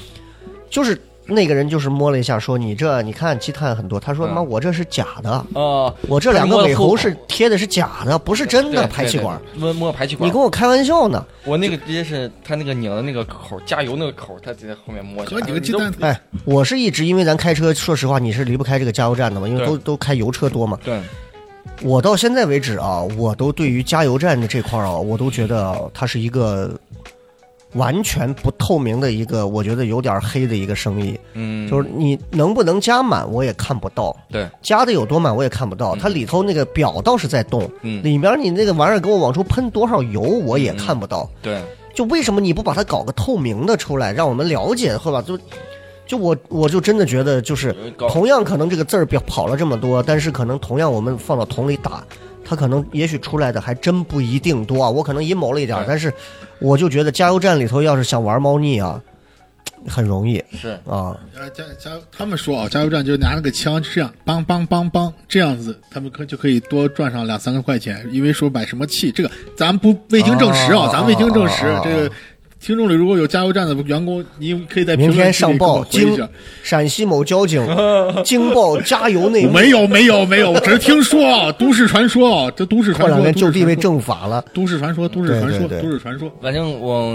S1: 就是那个人就是摸了一下说你这你看积碳很多，他说
S2: 嗯
S1: 妈我这是假的，
S2: 啊，
S1: 我这两
S2: 摸
S1: 个
S2: 了
S1: 尾
S2: 后
S1: 喉是贴的是假的，不是真的
S2: 对
S1: 排气管，，
S2: 对对摸摸排气管。
S1: 你跟我开玩笑呢？
S2: 我那个直接是它那个拧的那个口儿，加油那个口儿，它直接后面摸一下。
S3: 和你个鸡蛋
S2: 你都
S1: 哎，我是一直因为咱开车，说实话你是离不开这个加油站的嘛，因为都都开油车多嘛，
S2: 对，
S1: 我到现在为止啊，我都对于加油站的这块儿啊，我都觉得啊它是一个完全不透明的一个，我觉得有点黑的一个生意，
S2: 嗯，
S1: 就是你能不能加满我也看不到，
S2: 对，
S1: 加的有多满我也看不到，它里头那个表倒是在动，
S2: 嗯，
S1: 里面你那个玩意儿给我往出喷多少油我也看不到，
S2: 对，
S1: 就为什么你不把它搞个透明的出来，让我们了解，会吧？就就我我就真的觉得，就是
S2: 搞
S1: 同样可能这个字儿表跑了这么多，但是可能同样我们放到桶里打，它可能也许出来的还真不一定多啊。我可能阴谋了一点儿
S2: 对，
S1: 但是我就觉得加油站里头要是想玩猫腻啊，很容易
S2: 是
S1: 啊。
S3: 呃，加加油，他们说啊，加油站就拿那个枪这样，梆梆梆梆这样子，他们可就可以多赚上两三个块钱，因为说买什么气，这个咱不未经证实
S1: 哦
S3: 啊，咱未经证实
S1: 哦哦哦，
S3: 这个听众里如果有加油站的员工，你可以在评
S1: 明天
S3: 论区
S1: 上
S3: 里给我
S1: 报
S3: 回一
S1: 京
S3: 下。
S1: 陕西某交警惊爆加油内
S3: 我
S1: 幕，
S3: 没有没有没有，只是听说，啊，都市传说，啊，这都市
S1: 过
S3: 传
S1: 两
S3: 说，
S1: 天就地被
S3: 都市传说
S1: 正法了。
S3: 都市传说，都市传说，
S1: 对对对
S3: 都市传说。
S2: 反正我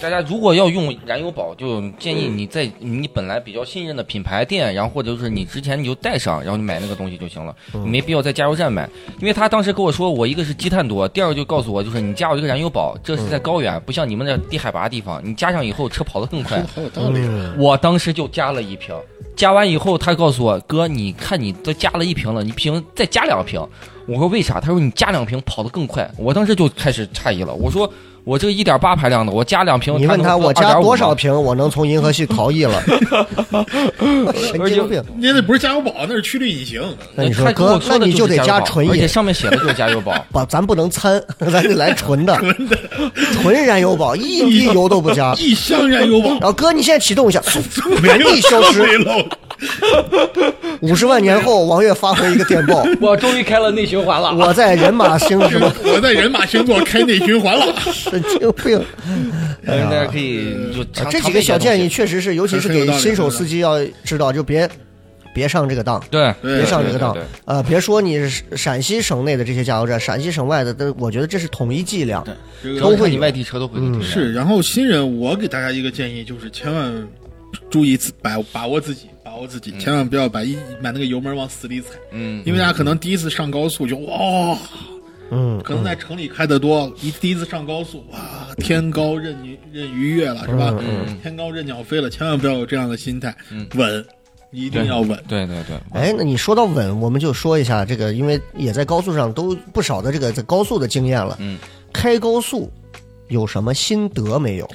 S2: 大家如果要用燃油宝，就建
S1: 嗯
S2: 议你在你本来比较信任的品牌店，然后或者是你之前你就带上，然后你买那个东西就行了，
S1: 嗯
S2: 你没必要在加油站买。因为他当时跟我说，我一个是积碳多，第二个就告诉我就是你加我这个燃油宝，这
S1: 嗯
S2: 是在高原，不像你们那低海拔地方，你加上以后车跑得更 快
S3: 说。好有道理啊，
S2: 我当时就加了一瓶，加完以后，他告诉我哥，你看你都加了一瓶了，你瓶再加两瓶。我说为啥？他说你加两瓶跑得更快。我当时就开始诧异了，我说我这一点八排量的，我加两瓶，
S1: 你问
S2: 他
S1: 他
S2: 能喝
S1: 我加
S2: 2.5
S1: 多少
S2: 吗？
S1: 瓶，我能从银河系逃逸了？神经病！
S3: 人家那不是加油宝，那是驱力隐形。
S1: 那你说
S2: 他跟
S1: 哥
S2: 我，说
S1: 那
S2: 的
S1: 你
S2: 就是
S1: 得
S2: 油
S1: 加
S2: 宝
S1: 纯
S2: 而且
S1: 饮，
S2: 上面写的就是加油 宝。
S1: 把咱不能掺， 咱得来纯的，纯燃油宝，一滴油都不 加。
S3: 一箱燃油宝
S1: 然后哥，你现在启动一下，原地消
S3: 都没
S1: 失。
S3: 漏。
S1: 五十万年后，王月发回一个电报，
S2: 我终于开了内循环了
S1: 我在人马星什 么
S3: 我在人马星座开内循 环了。
S1: 神经病。哎
S2: 大家
S1: 呀
S2: 可以就尝
S1: 这几个小建议。
S2: 尝试一下东西
S1: 确实是，尤其是给新手司机要知道，就别别上这个当。
S2: 对，
S3: 对
S1: 别上这个当
S2: 对对对，
S1: 呃，别说你是陕西省内的这些加油站，陕西省外的，都我觉得这是统一剂量。
S3: 这
S1: 都
S2: 都
S1: 会
S2: 会你
S1: 有
S2: 外地车都会
S1: 嗯
S3: 是，然后新人，我给大家一个建议，就是千万注意自把把握自己，把握自己，千万不要把一把那个油门往死里踩，
S2: 嗯，
S3: 因为大家可能第一次上高速就哇，
S1: 嗯，
S3: 可能在城里开的多，一第一次上高速哇，天高任你任鱼跃
S1: 嗯
S3: 了是吧？天高任鸟飞了，千万不要有这样的心态，
S1: 嗯
S3: 稳，一定要稳。
S2: 对对对，
S1: 哎，那你说到稳，我们就说一下这个，因为也在高速上都不少的这个在高速的经验了。
S2: 嗯，
S1: 开高速有什么心得没有？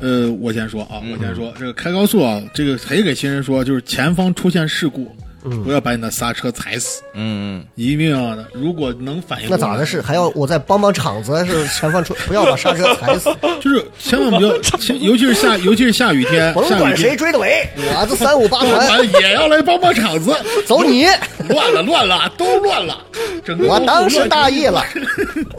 S3: 呃，我先说啊，
S1: 嗯
S3: 我先说这个开高速啊，这个谁给新人说，就是前方出现事故，
S1: 嗯
S3: 不要把你的刹车踩死，
S2: 嗯
S3: 一定要的。如果能反应，
S1: 那咋的是还要我再帮帮场子？是前方出不要把刹车踩死，
S3: 就是千万 不要，千尤其是下，尤其是下雨天，
S1: 甭
S3: 下雨
S1: 管谁
S3: 天，
S1: 追的尾，我这三五八团
S3: 我也要来帮帮场子，
S1: 走你！
S3: 乱了乱了，都乱了，整个
S1: 我
S3: 高速
S1: 当时
S3: 乱成
S1: 大意了，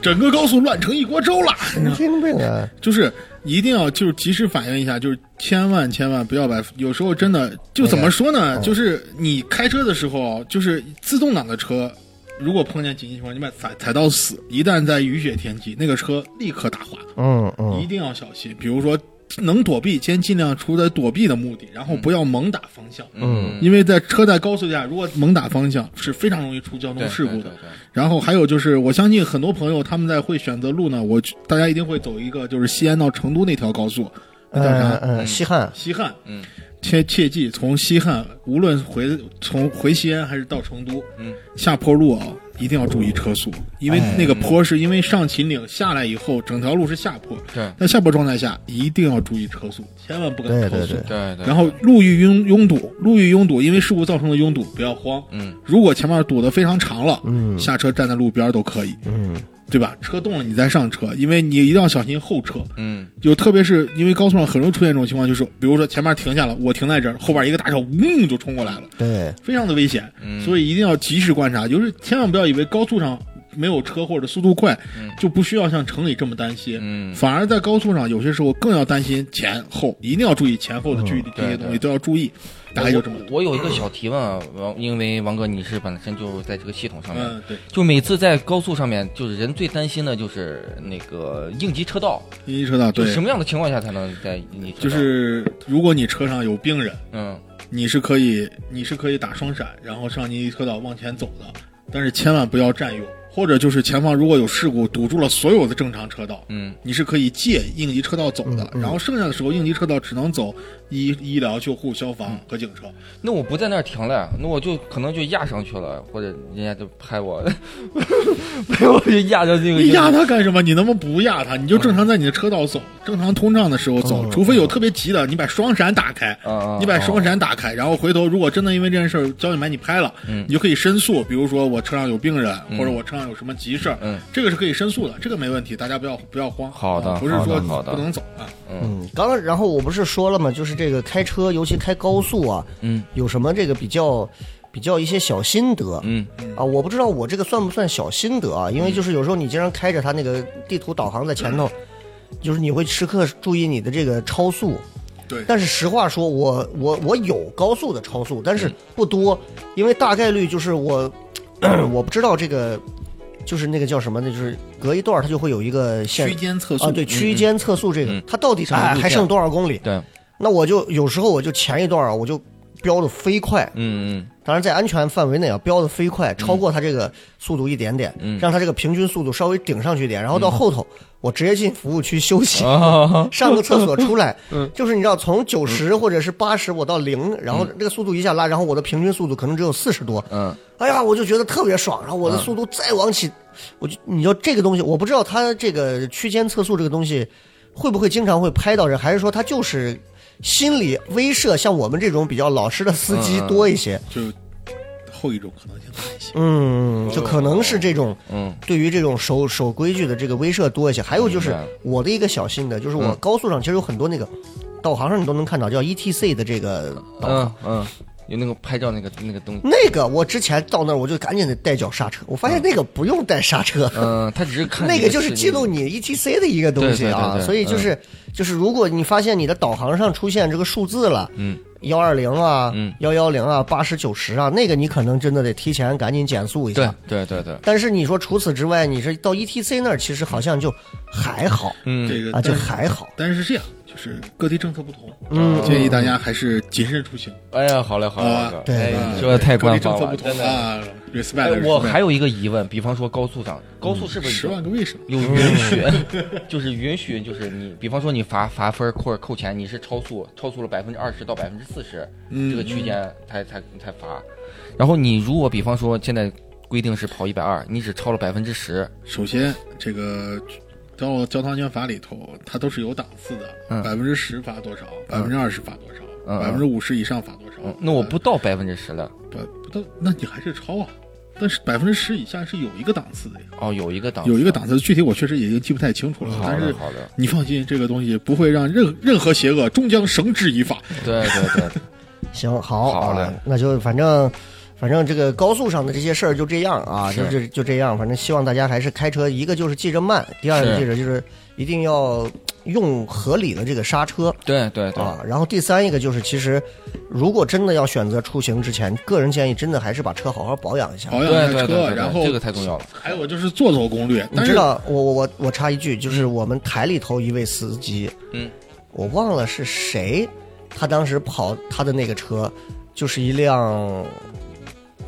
S3: 整个高速乱成一锅粥了。
S1: 神经病啊！
S3: 就是一定要就是及时反应一下，就是千万千万不要把有时候真的就怎么说
S1: 哎
S3: 呢？就是你开车的时候，就是自动挡的车，如果碰见紧急情况，你把踩踩到死，一旦在雨雪天气，那个车立刻打滑，
S1: 嗯嗯
S3: 一定要小心。比如说能躲避，先尽量出在躲避的目的，然后不要猛打方向。
S2: 嗯，
S3: 因为在车在高速下，如果猛打方向是非常容易出交
S2: 对
S3: 通事故
S2: 对
S3: 的。
S2: 对对
S3: 然后还有就是，我相信很多朋友他们在会选择路呢，我大家一定会走一个就是西安到成都那条高速，那叫
S1: 嗯
S3: 啥？
S1: 嗯，西汉
S3: 西汉。
S2: 嗯，
S3: 切切记从西汉，无论回从回西安还是到成都，
S2: 嗯，
S3: 下坡路啊，一定要注意车速，因为那个坡是因为上秦岭下来以后，整条路是下坡，
S2: 对
S3: 在下坡状态下一定要注意车速，千万不敢
S1: 对
S3: 超
S1: 对
S3: 速。
S1: 对
S2: 对对，
S3: 然后路遇拥拥堵，路遇拥堵，因为事故造成的拥堵，不要慌。
S2: 嗯，
S3: 如果前面堵得非常长了，嗯，下车站在路边都可以，
S1: 嗯，
S3: 对吧？车动了你再上车，因为你一定要小心后车。
S2: 嗯
S3: 就特别是因为高速上很容易出现这种情况，就是比如说前面停下了，我停在这儿，后边一个大车嗡就冲过来了，
S1: 对，
S3: 非常的危险。
S2: 嗯
S3: 所以一定要及时观察，就是千万不要以为高速上没有车或者速度快，就不需要像城里这么担心。
S2: 嗯
S3: 反而在高速上，有些时候更要担心前后，一定要注意前后的距离，这
S2: 嗯对对
S3: 些东西都要注意。大概就这么多。
S2: 我。我嗯有一个小提问啊，王，因为王哥你是本身就在这个系统上面，
S3: 嗯，对，
S2: 就每次在高速上面，就是人最担心的就是那个应急车道，
S3: 应急车道
S2: 就
S3: 啊对，
S2: 什么样的情况下才能在应急车道？
S3: 就是如果你车上有病人，
S2: 嗯
S3: 你是可以你是可以打双闪，然后上应急车道往前走的，但是千万不要占用，或者就是前方如果有事故堵住了所有的正常车道，
S2: 嗯，
S3: 你是可以借应急车道走的。然后剩下的时候，应急车道只能走医医疗、救护、消防和警车。
S2: 那我不在那儿停了，那我就可能就压上去了，或者人家就拍我， 拍我就压上那个
S3: 你压他干什么？你能不能不压他？你就正常在你的车道走，
S1: 嗯
S3: 正常通畅的时候
S2: 哦
S3: 走，除非有特别急的，你把双闪打开，
S2: 啊啊
S3: 你把双闪打开，然后回头如果真的因为这件事儿交警把你拍了，
S2: 嗯
S3: 你就可以申诉，比如说我车上有病人，或者我车上有什么急事儿
S2: 嗯，
S3: 这个是可以申诉的，这个没问题，大家不要不要慌。
S2: 好的
S3: 啊不是
S2: 好的
S3: 说
S2: 好的
S3: 不能走啊。
S1: 嗯，刚刚然后我不是说了吗？就是这个开车，尤其开高速啊，
S2: 嗯，
S1: 有什么这个比较比较一些小心得，
S2: 嗯
S1: 啊，我不知道我这个算不算小心得啊？因为就是有时候你经常开着它那个地图导航在前头，就是你会时刻注意你的这个超速。
S3: 对
S1: 但是实话说，我我我有高速的超速，但是不多，因为大概率就是我我不知道这个。就是那个叫什么呢？就是隔一段儿它就会有一个限
S3: 区间测速
S1: 啊，对，区间测速这个，它到底
S2: 上一
S1: 哎
S2: 路
S1: 还
S2: 线
S1: 剩多少公里？
S2: 对，
S1: 那我就有时候我就前一段啊，我就飙的飞快，
S2: 嗯嗯
S1: 当然在安全范围内啊，飙的飞快，超过它这个速度一点点，
S2: 嗯
S1: 让它这个平均速度稍微顶上去一点，然后到后头、我直接进服务区休息。
S2: 啊，
S1: 上个厕所出 来，
S2: 嗯
S1: 就是你知道，从九十或者是八十，我到零，然后这个速度一下拉，然后我的平均速度可能只有四十多，
S2: 嗯
S1: 哎呀，我就觉得特别爽。然后我的速度再往起，我就你说这个东西，我不知道它这个区间测速这个东西会不会经常会拍到人，还是说它就是心理威慑，像我们这种比较老实的司机
S2: 嗯
S1: 多一些？
S3: 就后一种可能性大一些。
S1: 嗯，就可能是这种。
S2: 嗯
S1: 对于这种守守规矩的这个威慑多一些，还有就是
S2: 明白
S1: 我的一个小心的，就是我
S2: 嗯
S1: 高速上其实有很多那个导航上你都能看到叫 E T C 的这个导航，
S2: 嗯嗯，有那个拍照那个那个东西，
S1: 那个我之前到那儿我就赶紧得带脚刹车，我发现那个不用带刹车，
S2: 嗯，他只是看
S1: 那
S2: 你
S1: 个
S2: 的
S1: 就是
S2: 视
S1: 记
S2: 力
S1: 录你 E T C 的一个东西啊，
S2: 对对对对嗯
S1: 所以就是、就是如果你发现你的导航上出现这个数字了，嗯，幺二零啊，
S2: 嗯，
S1: 幺幺零啊，八十九十啊，那个你可能真的得提前赶紧减速一
S2: 对
S1: 下。
S2: 对对对，
S1: 但是你说除此之外，你是到 E T C 那儿，其实好像就还好、
S2: 嗯
S3: 这个
S1: 啊，就
S3: 但是
S1: 还好。
S3: 但是是这样，就是各地政策不同，
S1: 嗯
S3: 建议大家还是谨慎出行。
S2: 哎呀，好嘞好嘞，
S3: 啊
S2: 好嘞
S1: 对
S2: 哎
S1: 对
S2: 你说的太
S3: 各地
S2: 官
S3: 政
S2: 方
S3: 策
S2: 了
S3: 不，
S2: 真
S3: 同
S2: 的。
S3: 啊
S2: 哎
S3: ，respect。
S2: 我还有一个疑问，比方说高速上，高速是不是
S3: 嗯十
S2: 有
S3: 万个为什么，
S2: 有允 许， 就是允许，就是你，比方说你罚罚分儿或者扣钱，你是超速，超速了百分之二十到百分之四十
S3: 嗯
S2: 这个区间才才才罚。然后你如果比方说现在规定是跑一百二，你只超了百分之十，
S3: 首先这个到交通安全法里头，它都是有档次的，
S2: 嗯
S3: 百分之十罚多少，百分之二十罚多少，
S2: 嗯
S3: 百分之五十以上罚多少
S2: 嗯。那我不到百分之十了。
S3: 不不都，那你还是超啊。但是百分之十以下是有一个档次的呀，
S2: 哦，有一个档，
S3: 有一个。档次，具体我确实已经记不太清楚了。
S2: 好
S3: 但
S2: 的
S3: 是
S2: 好的，
S3: 你放心，这个东西不会让任任何邪恶终将绳之以法。
S2: 对对对，
S1: 行，好，
S2: 好嘞
S1: 啊，那就反正。反正这个高速上的这些事儿就这样啊，就是就就这样。反正希望大家还是开车，一个就是记着慢，第二个
S2: 是
S1: 记着就是一定要用合理的这个刹车
S2: 对对对，
S1: 啊。然后第三一个就是，其实如果真的要选择出行之前，个人建议真的还是把车好好保养一下。
S3: 保养
S2: 对
S3: 一
S2: 对对对
S3: 下车，
S2: 对，
S3: 然后
S2: 这个太重要了。
S3: 还有就是做做攻略。
S1: 你
S3: 但
S1: 知
S3: 是
S1: 道，我我我我插一句，就是我们台里头一位司机，
S2: 嗯，
S1: 我忘了是谁，他当时跑他的那个车，就是一辆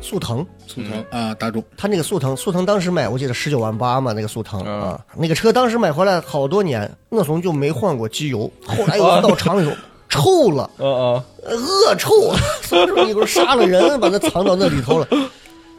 S1: 速腾，
S3: 速腾
S2: 嗯
S3: 啊，大众
S1: 他那个速腾，速腾当时买我记得十九万八嘛，那个速腾
S2: 嗯
S1: 啊，那个车当时买回来好多年，那从就没换过机油，后来有一次到厂里头。臭了，
S2: 嗯嗯，
S1: 呃恶臭了， 所以说一会儿杀了人，把它藏到那里头了。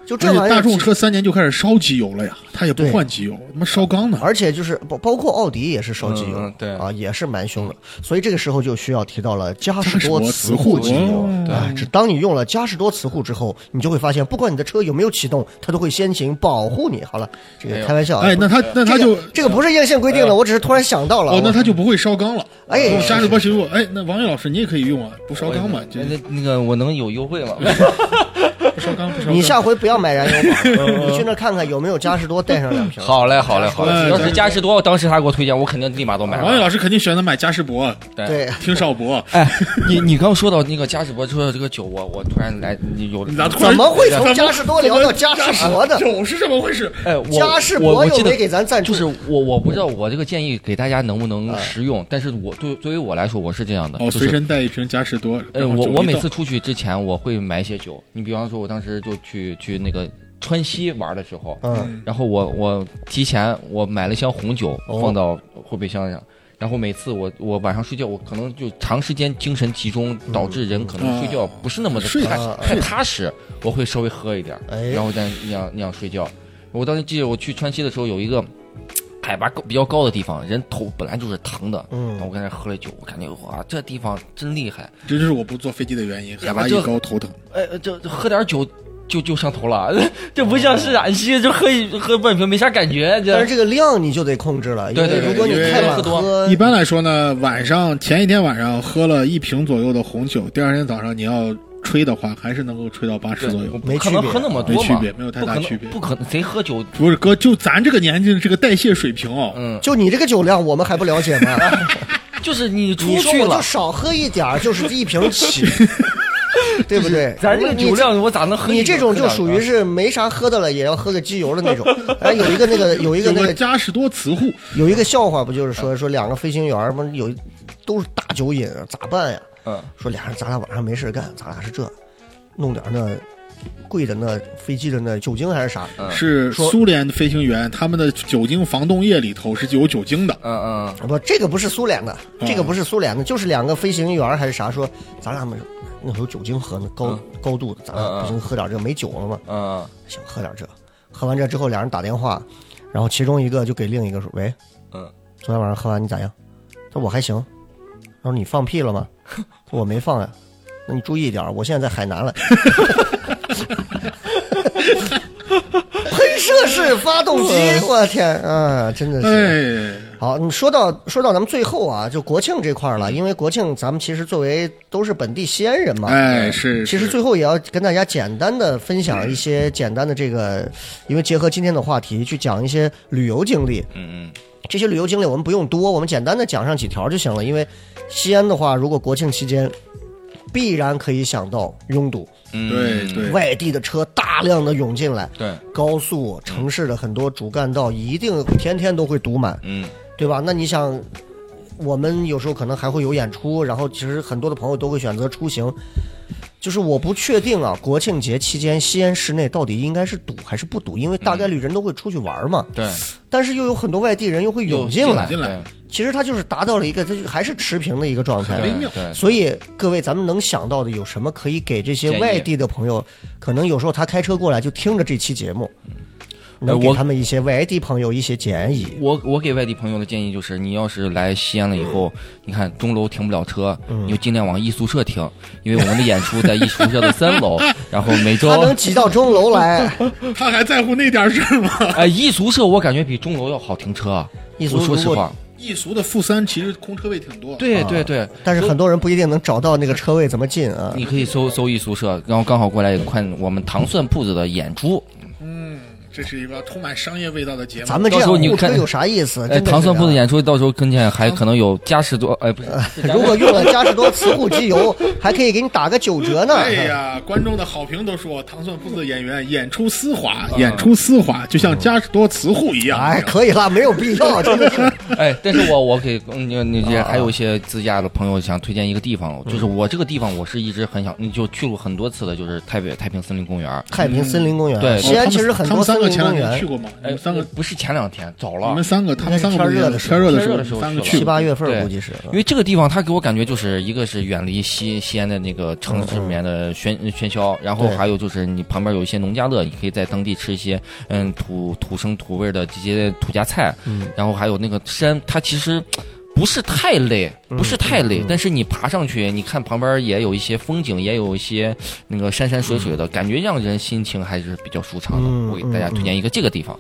S1: 就这
S3: 而且
S1: 玩意儿，
S3: 大众车三年就开始烧机油了呀，它也不
S1: 对
S3: 换机油，他妈烧缸呢。
S1: 而且就是包包括奥迪也是烧机油，
S2: 嗯嗯对
S1: 啊，也是蛮凶的。所以这个时候就需要提到了嘉
S3: 嘉
S1: 实
S3: 实
S1: 多
S3: 多
S1: 磁
S3: 磁
S1: 护
S3: 护
S1: 机油
S3: 哦。
S1: 啊只当你用了嘉实多磁护之后，你就会发现，不管你的车有没有启动，它都会先行保护你。好了，这
S2: 哎
S1: 个
S2: 呦
S1: 开玩笑啊。
S3: 哎，那他那他就
S1: 这个这个不是硬性规定
S2: 呃
S1: 的，我只是突然想到了。
S3: 哦，那
S1: 我
S3: 他就不会烧缸了。
S1: 哎
S3: 哦加士伯奇路，哎，那王宇老师你也可以用啊，不烧缸嘛，就
S2: 哎那那那个我能有优惠 吗？
S3: 不烧缸，不烧缸。
S1: 你下回不要买燃油 宝，你去那儿看看有没有嘉实多带上两瓶。
S2: 好嘞好嘞好嘞，
S3: 哎
S2: 要
S3: 对
S2: 是嘉实多，当时他给我推荐，我肯定立马都买了。
S3: 王宇老师肯定选择买嘉士伯，
S1: 对，
S3: 听少博。
S2: 哎，你你刚说到那个嘉士伯说到这个酒，我我突然来你有
S3: 你咋突然
S1: 怎么会从嘉士多聊到嘉士伯 的？
S3: 酒是这么回事？
S2: 哎，我
S1: 嘉士
S2: 我
S1: 伯
S2: 我
S1: 又
S2: 记
S1: 没给
S2: 得
S1: 咱赞助，
S2: 就是我我不知道我这个建议给大家能不能实用，但是我对对于我来说我是这样的，
S3: 嗯哦，
S2: 就
S3: 随
S2: 是。
S3: 身带一瓶嘉士多。
S2: 呃，
S3: 然后
S2: 我
S3: 酒
S2: 我
S3: 一
S2: 每
S3: 倒
S2: 次出去之前我会买一些酒，你比方说，我当时就去去那个川西玩的时候，
S1: 嗯，
S2: 然后我我提前我买了一箱红酒
S1: 哦
S2: 放到后备箱上，然后每次我我晚上睡觉，我可能就长时间精神集中，导致人可能睡觉不是那么的
S3: 睡
S2: 太
S1: 嗯啊
S2: 太踏实，我会稍微喝一点儿，
S1: 哎
S2: 然后再那样那样睡觉。我当时记得我去川西的时候有一个。海拔高比较高的地方，人头本来就是疼的。
S1: 嗯
S2: 然后我跟那喝了酒，我感觉哇，这地方真厉害。
S3: 这就是我不坐飞机的原因，海
S2: 呀把
S3: 拔一
S2: 这
S3: 高头疼。
S2: 哎，这这喝点酒就就上头了， 这不像是陕西，就喝一喝半瓶没啥感觉。这
S1: 但是这个量你就得控制了，因
S2: 对
S1: 为
S2: 对
S1: 如
S2: 对
S1: 果你
S3: 因为
S1: 太晚
S2: 喝多
S1: 喝，
S3: 一般来说呢，晚上前一天晚上喝了一瓶左右的红酒，第二天早上你要吹的话，还是能够吹到八十
S2: 对
S3: 左右，
S1: 没
S2: 不可
S1: 区
S2: 能
S1: 别
S2: 喝那么
S3: 没
S2: 多
S3: 区
S2: 嘛，
S3: 别，没有太
S2: 不
S3: 大
S2: 可
S3: 区别
S2: 能，。不可能，谁喝酒？
S3: 不是哥，就咱这个年纪的这个代谢水平哦，
S2: 嗯，
S1: 就你这个酒量，我们还不了解 吗？
S2: 就是哎你出
S1: 你说
S2: 去
S1: 我
S2: 了
S1: 就，少喝一点儿，就是一瓶 起，对不对？
S2: 咱这个酒量我咋能喝
S1: 你
S2: 一个？
S1: 这种就属于
S2: 是
S1: 是没啥喝的了，也要喝个机油的那种。哎，有一个那 个有一个
S3: 有
S1: 那
S3: 个
S1: 个
S3: 嘉实多磁护，
S1: 有一个笑话，不就是说说两个飞行员儿不是有都是大酒瘾，咋办呀？
S2: 嗯，
S1: 说俩人咱俩晚上没事干，咱俩是这，弄点儿那贵的那飞机的那酒精还是啥？
S2: 嗯
S3: 是
S1: 说
S3: 苏联的飞行员他们的酒精防冻液里头是有酒精的。
S2: 嗯嗯，
S1: 不，这个不是苏联的，这个不是苏联的，就是两个飞行员儿还是啥说，咱俩没那时候酒精喝那高、高度的，咱俩不行喝点这个没酒了吗？
S2: 嗯
S1: 行，喝点这。喝完这之后，俩人打电话，然后其中一个就给另一个说：“喂，
S2: 嗯，
S1: 昨天晚上喝完你咋样？”他说：“我还行。”他说：“你放屁了吗？”他说：“我没放呀、那你注意一点儿，我现在在海南了。喷射式发动机，我天啊，真的是。
S3: 哎，
S1: 好，你说到说到咱们最后啊，就国庆这块儿了，
S3: 嗯
S1: 因为国庆咱们其实作为都是本地西安人嘛，
S3: 哎，是，
S1: 其实
S3: 是嗯
S1: 最后也要跟大家简单的分享一些简单的这个，因为结合今天的话题去讲一些旅游经历。
S2: 嗯
S1: 这些旅游经历我们不用多，我们简单的讲上几条就行了。因为西安的话，如果国庆期间，必然可以想到拥堵，
S2: 嗯，
S3: 对对
S1: 外地的车大量的涌进来，
S2: 对，
S1: 高速城市的很多主干道一定天天都会堵满。
S2: 嗯
S1: 对吧？那你想，我们有时候可能还会有演出，然后其实很多的朋友都会选择出行。就是我不确定啊，国庆节期间西安市内到底应该是堵还是不堵，因为大概率人都会出去玩嘛，
S2: 对，
S1: 但是又有很多外地人又会涌进来
S3: 进，来
S1: 其实它就是达到了一个，它就还是持平的一个状态
S2: 对。
S3: 很微妙
S2: 对，
S1: 所以各位，咱们能想到的有什么可以给这些
S2: 建议
S1: 外地的朋友？可能有时候他开车过来就听着这期节目，能
S2: 呃
S1: 给
S2: 我
S1: 他们一些外地朋友一些建议。
S2: 我我给外地朋友的建议就是，你要是来西安了以后，你看钟楼停不了车，
S1: 嗯
S2: 你就尽量往艺术社停，因为我们的演出在艺术社的 三楼，然后每周
S1: 他能挤到钟楼来，
S3: 他还在乎那点事儿吗？
S2: 哎，艺俗社我感觉比钟楼要好停车。啊
S1: 一
S2: 我
S1: 俗
S2: 说
S1: 如
S2: 实
S1: 果
S2: 话，啊
S3: 艺俗的负三其实空车位挺多，，
S2: 对对对，
S1: 但是很多人不一定能找到那个车位怎么进啊。
S2: 你可以搜搜艺俗社，然后刚好过来看我们糖蒜铺子的演出。
S3: 这是一个充满商业味道的节目。
S1: 咱们这
S2: 到时
S1: 样
S2: 候你
S1: 互吹
S2: 看
S1: 有啥意思？
S2: 哎，
S1: 真的是
S2: 糖蒜铺子
S1: 啊
S2: 演出到时候跟前还可能有嘉士多，哎不是，
S1: 如果用了嘉士多磁护机油， 还可以给你打个九折 呢。
S3: 哎呀，观众的好评都说糖蒜铺子的演员演出丝滑，演出丝滑，就像嘉士多磁护一样。
S1: 哎，可以了，没有必 要，真的是。
S2: 哎，但是我我给嗯你你
S1: 啊
S2: 这还有一些自驾的朋友想推荐一个地方，
S1: 嗯
S2: 就是我这个地方我是一直很想，你就去过很多次的，就是太北太平森林公园。
S1: 太平森林公园，
S2: 对
S1: 西安其实很
S3: 哦他
S1: 多
S3: 们三
S1: 森
S3: 个
S1: 林
S3: 前
S1: 公
S3: 两天去
S1: 园，
S3: 过吗？你
S2: 哎
S3: 们，三个，
S2: 不是前两天，早
S3: 你
S2: 了
S3: 们，三个，他们三个
S1: 天热的时候
S3: 天热的
S2: 天热的
S3: 时
S2: 时
S3: 候，
S2: 候
S3: 三个
S2: 去
S3: 去
S1: 七
S3: 过。
S1: 八月份
S2: 对
S1: 估计是。嗯
S2: 因为这个地方它给我感觉就是一个是远离西西安的那个城市里面的喧嗯喧嚣，然后
S1: 嗯对
S2: 还有就是你旁边有一些农家乐，你可以在当地吃一些嗯土土生土味的这些土家菜，
S1: 嗯
S2: 然后还有那个山，它其实。不是太累，不是太
S1: 嗯
S2: 累，但是你爬上去，你看旁边也有一些风景，也有一些那个山山水水的、感觉，让人心情还是比较舒畅的。
S1: 嗯
S2: 我给大家推荐一个这个地方，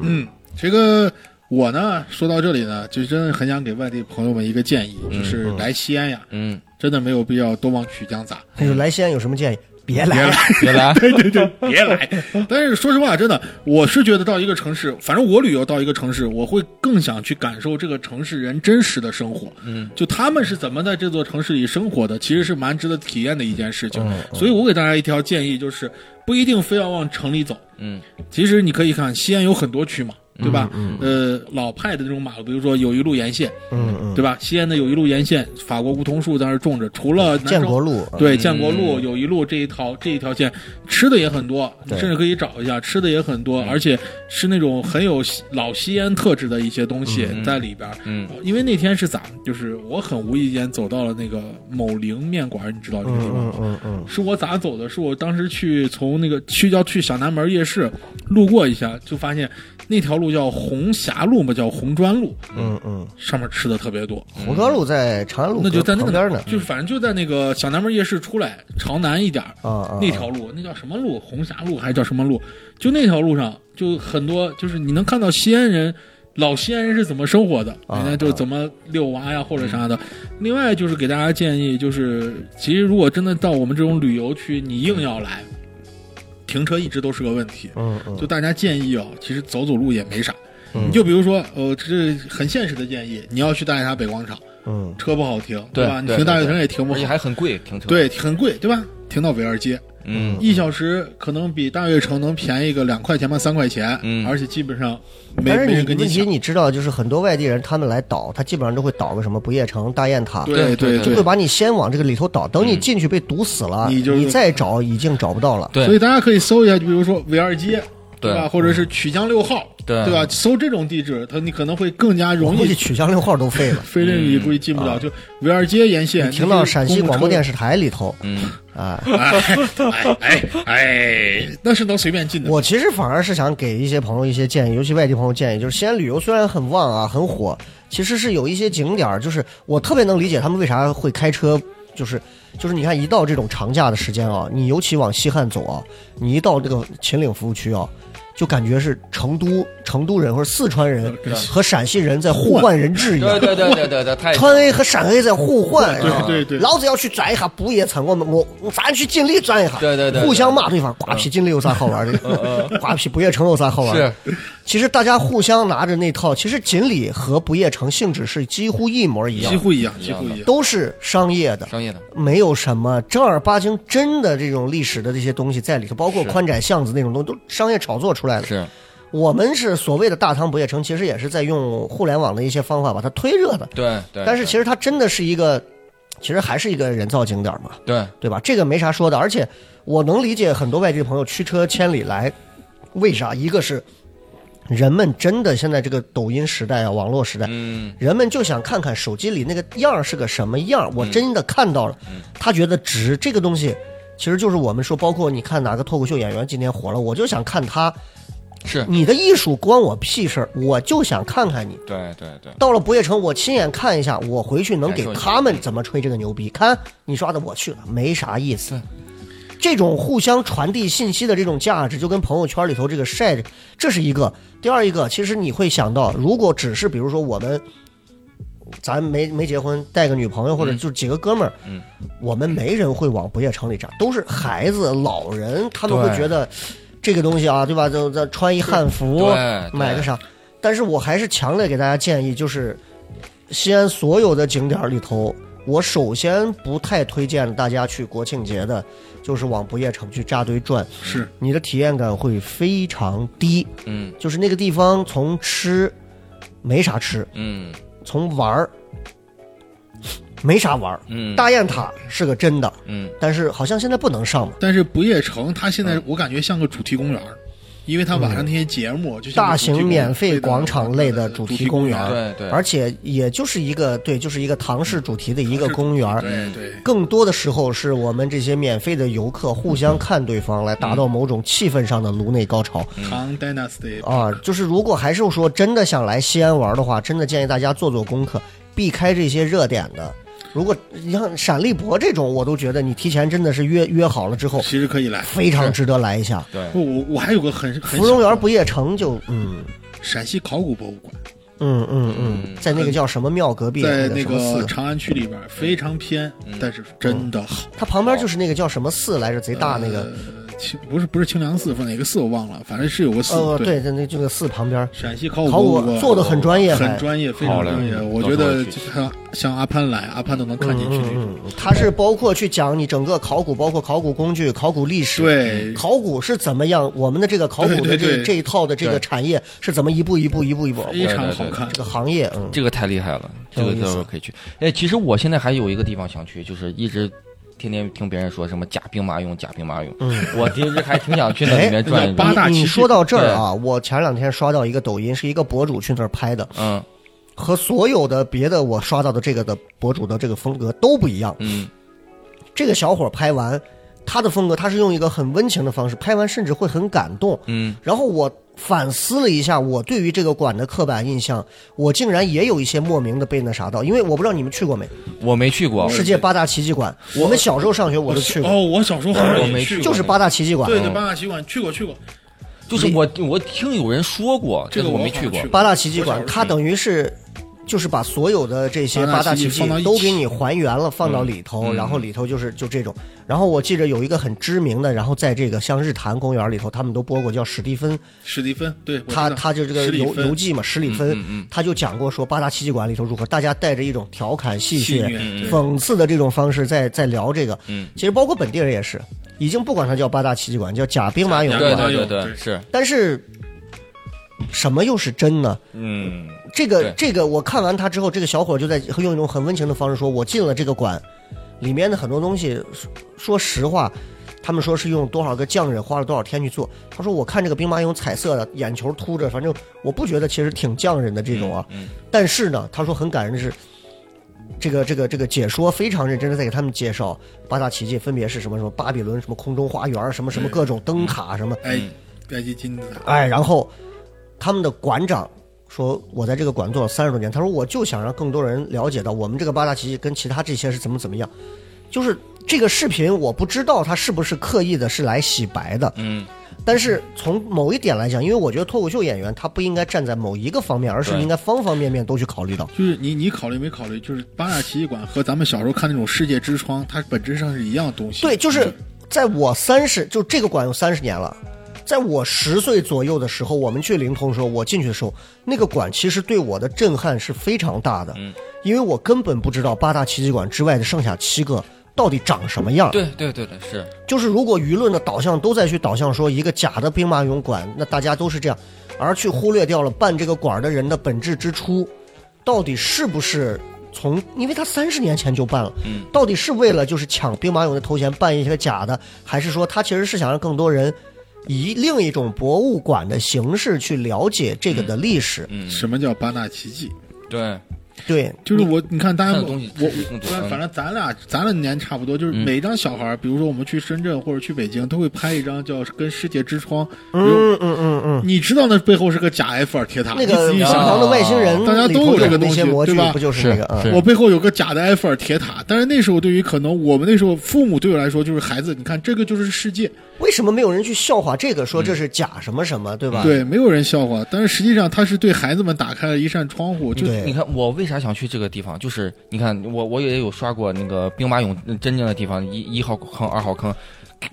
S3: 嗯，这个我呢，说到这里呢，就真的很想给外地朋友们一个建议，就是
S1: 嗯
S3: 来西安呀，
S2: 嗯，
S3: 真的没有必要都往曲江砸，
S1: 那就来西安有什么建议？别来
S3: 别
S1: 了
S3: 来，
S2: 别 来，
S3: 对对，别来。但是说实话，真的，我是觉得到一个城市，反正我旅游到一个城市，我会更想去感受这个城市人真实的生活。
S2: 嗯，
S3: 就他们是怎么在这座城市里生活的，其实是蛮值得体验的一件事情。所以我给大家一条建议，就是不一定非要往城里走。
S2: 嗯，
S3: 其实你可以看西安有很多区嘛，对吧？呃，老派的那种马路，比如说友谊路沿线，
S1: 嗯嗯，
S3: 对吧？西安的友谊路沿线，法国梧桐树在那儿种着，除了南
S1: 建
S3: 诏
S1: 国路，
S3: 对，建国路、友谊路这一条这一条线，吃的也很多，
S1: 对嗯
S3: 甚至可以找一下，吃的也很多，而且是那种很有西老西安特质的一些东西在里边儿。
S2: 嗯
S3: 呃因为那天是咋，就是我很无意间走到了那个某灵面馆，你知道这个地
S1: 嗯
S3: 方吗
S1: 嗯嗯嗯，
S3: 是我咋走的？是我当时去从那个去要去小南门夜市，路过一下，就发现那条路叫红霞路嘛，叫红砖路，
S1: 嗯嗯，
S3: 上面吃的特别多。
S2: 嗯
S1: 红砖路在长安路
S3: 那就在那
S1: 哦旁
S3: 个
S1: 边呢，嗯
S3: 就是反正就在那个小南门夜市出来，朝南一点儿
S1: 啊啊，
S3: 那条路，那叫什么路？红霞路还是叫什么路？就那条路上，就很多，就是你能看到西安人，老西安人是怎么生活的，
S1: 啊
S3: 人家就怎么遛娃
S2: 啊
S3: 呀或者啥的。另外就是给大家建议，就是其实如果真的到我们这种旅游区，你硬要来，停车一直都是个问题。
S1: 嗯嗯，
S3: 就大家建议啊，其实走走路也没啥。
S1: 嗯
S3: 你就比如说，呃，这是很现实的建议，你要去大雁塔北广场，
S1: 嗯
S3: 车不好停，
S2: 对
S3: 吧？你
S2: 对
S3: 停大
S2: 对
S3: 悦城也停不
S2: 而且
S3: 好，
S2: 还很贵，停车。，
S3: 对，很贵，对吧？停到维二街，
S2: 嗯
S3: 一小时可能比大悦城能便宜个两块钱吧，三块钱，
S2: 嗯
S3: 而且基本上没
S1: 但是
S3: 没人
S1: 你
S3: 跟你
S1: 问题
S3: 抢，
S1: 你知道，就是很多外地人他们来导，他基本上都会导个什么不夜城、大雁塔，
S3: 对
S2: 对
S1: 会
S3: 对。嗯
S1: 把你先往这个里头导，等你进去被堵死了，
S3: 你就
S1: 你再找已经找不到了。
S2: 对
S3: 所以大家可以搜一下，就比如说维二街，
S2: 对嗯
S3: 吧？或者是曲江六号，
S2: 对
S3: 对吧？搜这种地址，它你可能会更加
S1: 我
S3: 容
S1: 估计
S3: 易。
S1: 曲江六号都废了，
S3: 飞利你估计进不了，就维二街沿线。
S1: 停到陕西广播电视台里头
S2: 嗯，
S1: 啊。
S3: 哎哎哎哎，那是能随便进的。
S1: 我其实反而是想给一些朋友一些建议，尤其外地朋友建议，就是西安旅游虽然很旺啊，很火，其实是有一些景点儿，就是我特别能理解他们为啥会开车，就是就是你看一到这种长假的时间啊，你尤其往西汉走啊，你一到这个秦岭服务区啊。就感觉是成都成都人或者四川人和陕西人在互换人质一样
S2: 对，对对对对对，太
S1: 川 A 和陕 A 在互换，
S3: 对
S1: 是吧
S3: 对对
S1: 老子要去转一下补一层，我们我咱去尽力转一下，
S2: 对对对对
S1: 互相骂对方，瓜皮尽力有啥好玩的？瓜皮不夜城有啥好玩的
S2: 是？
S1: 其实大家互相拿着那套，其实锦里和不夜城性质是几乎一模一样
S3: 几，乎一样，几乎一样。
S1: 都是商业的。
S2: 商业的，
S1: 没有什么正儿八经真的这种历史的这些东西在里头，包括宽窄巷子那种东西，都商业炒作出来的。
S2: 是
S1: 我们是所谓的大唐不夜城，其实也是在用互联网的一些方法把它推热的。
S2: 对对，
S1: 但是其实它真的是一个，其实还是一个人造景点嘛，
S2: 对
S1: 对吧？这个没啥说的，而且我能理解很多外地朋友驱车千里来，为啥？一个是人们真的现在这个抖音时代啊，网络时代。
S2: 嗯
S1: 人们就想看看手机里那个样儿是个什么样儿，我真的看到了，他觉得值这个东西，其实就是我们说，包括你看哪个脱口秀演员今天火了，我就想看他，
S2: 是，
S1: 你的艺术关我屁事儿，我就想看看你，
S2: 对对对，
S1: 到了不夜城，我亲眼看一下，我回去能给
S2: 感受一下
S1: 他们怎么吹这个牛逼。看你刷的我去了，没啥意
S2: 嗯
S1: 思。这种互相传递信息的这种价值，就跟朋友圈里头这个晒，这是一个。第二一个，其实你会想到，如果只是比如说我们，咱没没结婚，带个女朋友或者就几个哥们儿，
S2: 嗯
S1: 我们没人会往不夜城里扎，都是孩子、老人，他们会
S2: 对
S1: 觉得这个东西啊，对吧？就就穿一汉服，
S2: 对对
S1: 买个啥？但是我还是强烈给大家建议，就是西安所有的景点里头，我首先不太推荐大家去国庆节的，就是往不夜城去扎堆转，
S3: 是
S1: 你的体验感会非常低。
S2: 嗯
S1: 就是那个地方从吃没啥吃，
S2: 嗯
S1: 从玩儿没啥玩儿。
S2: 嗯，
S1: 大雁塔是个真的，
S2: 嗯
S1: 但是好像现在不能上了。
S3: 但是不夜城它现在我感觉像个主题公园儿，因为它晚上那些节目就像个
S1: 大
S3: 主题
S1: 型
S3: 公园
S1: 免费广场类的主
S3: 主
S1: 题公
S3: 公
S1: 园儿，
S2: 对对
S1: 而且也就是一个对，就是一个唐氏主题的一个公园儿。
S2: 嗯
S3: 对对，
S1: 更多的时候是我们这些免费的游客互相看对方，来达到某种气氛上的颅内高潮
S3: 唐 Dynasty
S1: 啊。就是如果还是说真的想来西安玩的话，真的建议大家做做功课，避开这些热点的。如果你像闪立博这种，我都觉得你提前真的是约约好了之后，
S3: 其实可以来。
S1: 非常值得来一
S3: 嗯
S1: 下。
S2: 对
S3: 不，我我还有个很很
S1: 芙蓉
S3: 小
S1: 园
S3: 的
S1: 不夜城就嗯
S3: 陕西考古博物馆，
S1: 嗯嗯嗯，在那个叫什么庙隔壁
S3: 在
S1: 那
S3: 那
S1: 什么
S3: 个
S1: 寺，
S3: 长安区里
S1: 嗯
S2: 嗯
S3: 边儿非常偏，但是真的好。
S1: 它旁边就是那个叫什么寺来着，贼大那个
S3: 呃清不是不是清凉寺，放哪个寺我忘了，反正是有个寺。
S1: 呃，
S3: 对，
S1: 对，在那这个寺旁边，
S3: 陕西考
S1: 考
S3: 古
S1: 古做的很专业，还
S3: 很专业，非常专业。
S2: 好嘞
S3: 我觉得
S2: 到时
S3: 像像阿潘来，阿潘都能看进去那种。
S1: 嗯，它是包括去讲你整个考古，包括考古工具、考古历史，
S3: 对
S1: 考古是怎么样，我们的这个考古的
S3: 对对
S1: 这
S3: 对哎
S1: 这一套的这个
S2: 对
S1: 产业是怎么一步一步一步一步
S3: 非常好看
S1: 这。个行业，嗯，
S2: 这个太厉害了，这
S1: 挺有
S2: 个
S1: 意思
S2: 到时候可以去。哎，其实我现在还有一个地方想去，就是一直天天听别人说什么假兵马俑，假兵马俑。我其实还挺想去那里面转一
S3: 八
S2: 转。
S3: 大
S1: 你
S3: 奇
S1: 你
S3: 迹
S1: 说到这儿啊，我前两天刷到一个抖音，是一个博主去那儿拍的，
S2: 嗯
S1: 和所有的别的我刷到的这个的博主的这个风格都不一样。
S2: 嗯，
S1: 这个小伙儿拍完，他的风格他是用一个很温情的方式拍完，甚至会很感动。
S2: 嗯，
S1: 然后我反思了一下我对于这个馆的刻板印象，我竟然也有一些莫名的被那啥到，因为我不知道你们去过没？
S2: 我没去过，
S1: 世界八大奇迹馆，我们小时候上学我就去过，
S3: 哦，我小时候好像
S2: 我没
S3: 也去
S2: 去
S3: 过，
S1: 就是八大嗯奇迹馆。
S3: 对对，八大奇馆去过去过，
S2: 就是我我听有人说过，
S3: 这个
S2: 但是我
S3: 我
S2: 没
S3: 好
S2: 去
S3: 像
S2: 过
S3: 去。过
S1: 八大奇迹
S3: 我小时
S1: 馆，
S3: 候
S1: 它等于是。就是把所有的这些八
S3: 八
S1: 大
S3: 大
S1: 奇
S3: 奇迹
S1: 迹
S3: 放到一起嗯
S1: 都给你还原了，放到里头，然后里头就是就这种。然后我记着有一个很知名的，然后在这个像日坛公园里头，他们都播过，叫史蒂芬，
S3: 史蒂芬对，我
S1: 他
S3: 知道
S1: 他就这个
S3: 史蒂
S1: 游
S3: 芬
S1: 游记嘛，史
S3: 嗯
S1: 里芬，他就讲过说八大奇迹馆里头如何，大家带着一种调侃、戏
S3: 戏
S1: 谑、
S3: 谑嗯
S1: 讽刺的这种方式在在聊这个。
S2: 嗯，
S1: 其实包括本地人也是，已经不管它叫八大奇迹馆，叫假兵马俑
S3: 假
S2: 对
S3: 兵马
S1: 馆，
S2: 对
S3: 俑
S2: 对
S3: 对
S2: 对，是，
S1: 但是什么又是真呢？
S2: 嗯，
S1: 这个
S2: 对
S1: 这个，我看完他之后，这个小伙就在用一种很温情的方式说：“我进了这个馆，里面的很多东西，说说实话，他们说是用多少个匠人花了多少天去做。他说我看这个兵马俑彩色的，眼球凸着，反正我不觉得其实挺匠人的这种啊。
S2: 嗯
S1: 但是呢，他说很感人的是，这个这个这个解说非常认真的在给他们介绍八大奇迹分别是什么什么巴比伦什么空中花园什么什
S2: 嗯
S1: 么各种灯塔什么。
S3: 埃埃及金字塔，
S1: 哎，然后他们的馆长说，我在这个馆做了三十多年，他说我就想让更多人了解到我们这个八大奇迹跟其他这些是怎么怎么样。就是这个视频，我不知道他是不是刻意的，是来洗白的。
S2: 嗯，
S1: 但是从某一点来讲，因为我觉得脱口秀演员他不应该站在某一个方面，而是
S2: 对
S1: 应该方方面面都去考虑到。
S3: 就是你你考虑没考虑，就是八大奇迹馆和咱们小时候看那种世界之窗，它本质上是一样东西。
S1: 对，就是在我三十，就这个馆有三十年了。在我十岁左右的时候，我们去灵通的时候，我进去的时候，那个馆其实对我的震撼是非常大的，因为我根本不知道八大奇迹馆之外的剩下七个到底长什么样。
S2: 对对对对，是，
S1: 就是如果舆论的导向都在去导向说一个假的兵马俑馆，那大家都是这样，而去忽略掉了办这个馆儿的人的本质之初，到底是不是从，因为他三十年前就办了，
S2: 嗯，
S1: 到底是为了就是抢兵马俑的头衔办一些假的，还是说他其实是想让更多人以另一种博物馆的形式去了解这个的历史？
S2: 嗯，
S3: 什么叫八大奇迹？
S2: 对，
S1: 对，
S3: 就是我，你看，大家
S2: 看的
S3: 我
S2: 东西
S3: 我
S2: 其实更多嗯
S3: 我反正咱俩咱俩年差不多，就是每一张小孩儿，比如说我们去深圳或者去北京，都会拍一张叫《跟世界之窗》，比如
S1: 嗯嗯嗯嗯，
S3: 你知道那背后是个假埃菲尔铁塔，
S1: 那
S3: 你
S1: 个
S3: 仔细
S2: 啊
S1: 唐
S3: 想
S1: 朝
S3: 想，
S1: 的外星人
S3: 大家都有这个
S1: 那
S3: 东西
S1: 些模具
S3: 对吧
S1: 不就是那个？
S2: 是
S1: 嗯
S3: 我背后有个假的埃菲尔铁塔，但是那时候对于可能我们那时候父母对我来说就是孩子，你看这个就是世界，
S1: 为什么没有人去笑话这个，说
S2: 嗯
S1: 这是假什么什么，对吧？
S3: 对，没有人笑话，但是实际上他是对孩子们打开了一扇窗户，就
S1: 对
S2: 你看我为啥想去这个地方？就是你看我我也有刷过那个兵马俑呃真正的地方，一一号坑、二号坑，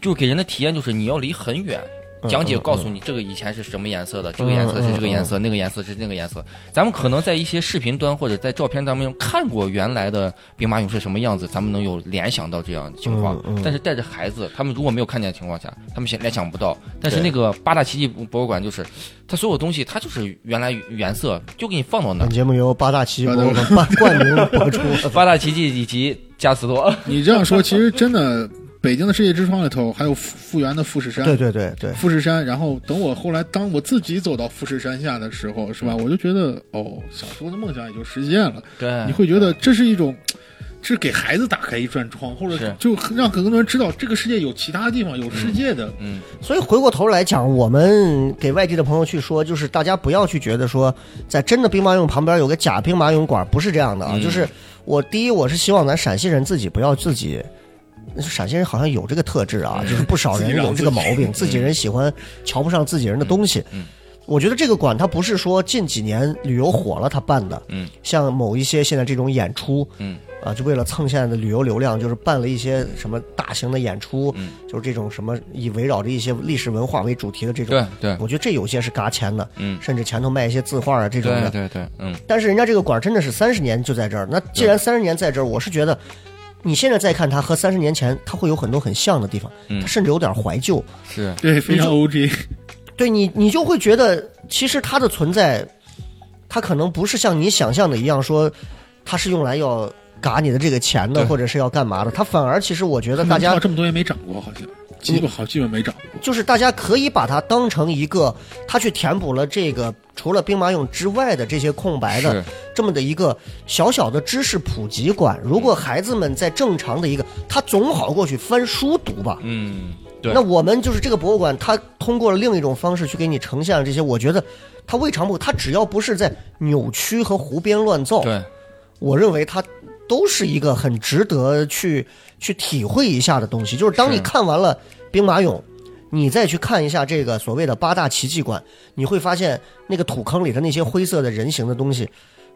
S2: 就给人的体验就是你要离很远。
S1: 嗯
S2: 讲解告诉你这个以前是什么颜色的，这个颜色是这个
S1: 嗯
S2: 颜色，那个颜色是那个颜色。咱们可能在一些视频端或者在照片当中看过原来的兵马俑是什么样子，咱们能有联想到这样的情况。
S1: 嗯
S2: 但是带着孩子，他们如果没有看见的情况下，他们想联想不到。但是
S1: 对
S2: 那个八大奇迹博物馆就是，它所有东西它就是原来原色，就给你放到那儿
S1: 本。节目由八大奇
S2: 啊
S1: 迹博物馆冠冠名播 出。
S2: 八大奇迹以及加斯 多，
S3: 你这样说，其实真的，北京的世界之窗里头还有复复原的富士山，
S1: 对对对对，
S3: 富士山。然后等我后来当我自己走到富士山下的时候，是吧？我就觉得哦，小时候的梦想也就实现了。
S2: 对
S3: 你会觉得这是一种，这是给孩子打开一扇窗，或者
S2: 是
S3: 就让更多人知道这个世界有其他地方，有世界的。
S2: 嗯
S1: 所以回过头来讲，我们给外地的朋友去说，就是大家不要去觉得说，在真的兵马俑旁边有个假兵马俑馆，不是这样的啊。
S2: 嗯
S1: 就是我第一，我是希望咱陕西人自己不要自己。陕西人好像有这个特质
S2: 嗯
S1: 啊，就是不少人有这个毛病，自己人喜欢瞧不上自己人的东西。
S2: 嗯嗯
S1: 我觉得这个馆它不是说近几年旅游火了它办的，
S2: 嗯，
S1: 像某一些现在这种演出，
S2: 嗯，
S1: 啊，就为了蹭现在的旅游流量，就是办了一些什么大型的演出，
S2: 嗯
S1: 就是这种什么以围绕着一些历史文化为主题的这种。
S2: 对对，
S1: 我觉得这有些是嘎钱的，
S2: 嗯，
S1: 甚至前头卖一些字画啊这种
S2: 对
S1: 的。
S2: 对对，嗯，
S1: 但是人家这个馆儿真的是三十年就在这儿。那既然三十年在这儿，我是觉得你现在再看它和三十年前，它会有很多很像的地方，
S2: 嗯
S1: 它甚至有点怀旧。
S2: 是，
S3: 对，非常 O G，
S1: 对你，你就会觉得其实它的存在，它可能不是像你想象的一样，说它是用来要嘎你的这个钱的，
S2: 对
S1: 或者是要干嘛的。它反而其实我觉得大家
S3: 这么多年没涨过，好像基本好基本没涨过。
S1: 就是大家可以把它当成一个，它去填补了这个除了兵马俑之外的这些空白的
S2: 是
S1: 这么的一个小小的知识普及馆。如果孩子们在正常的一个，他总好过去翻书读吧。
S2: 嗯，对
S1: 那，我们就是这个博物馆，它通过了另一种方式去给你呈现了这些。我觉得它未尝不，它只要不是在扭曲和胡编乱造，
S2: 对，
S1: 我认为它都是一个很值得去去体会一下的东西。就是当你
S2: 是
S1: 看完了兵马俑，你再去看一下这个所谓的八大奇迹馆，你会发现那个土坑里的那些灰色的人形的东西，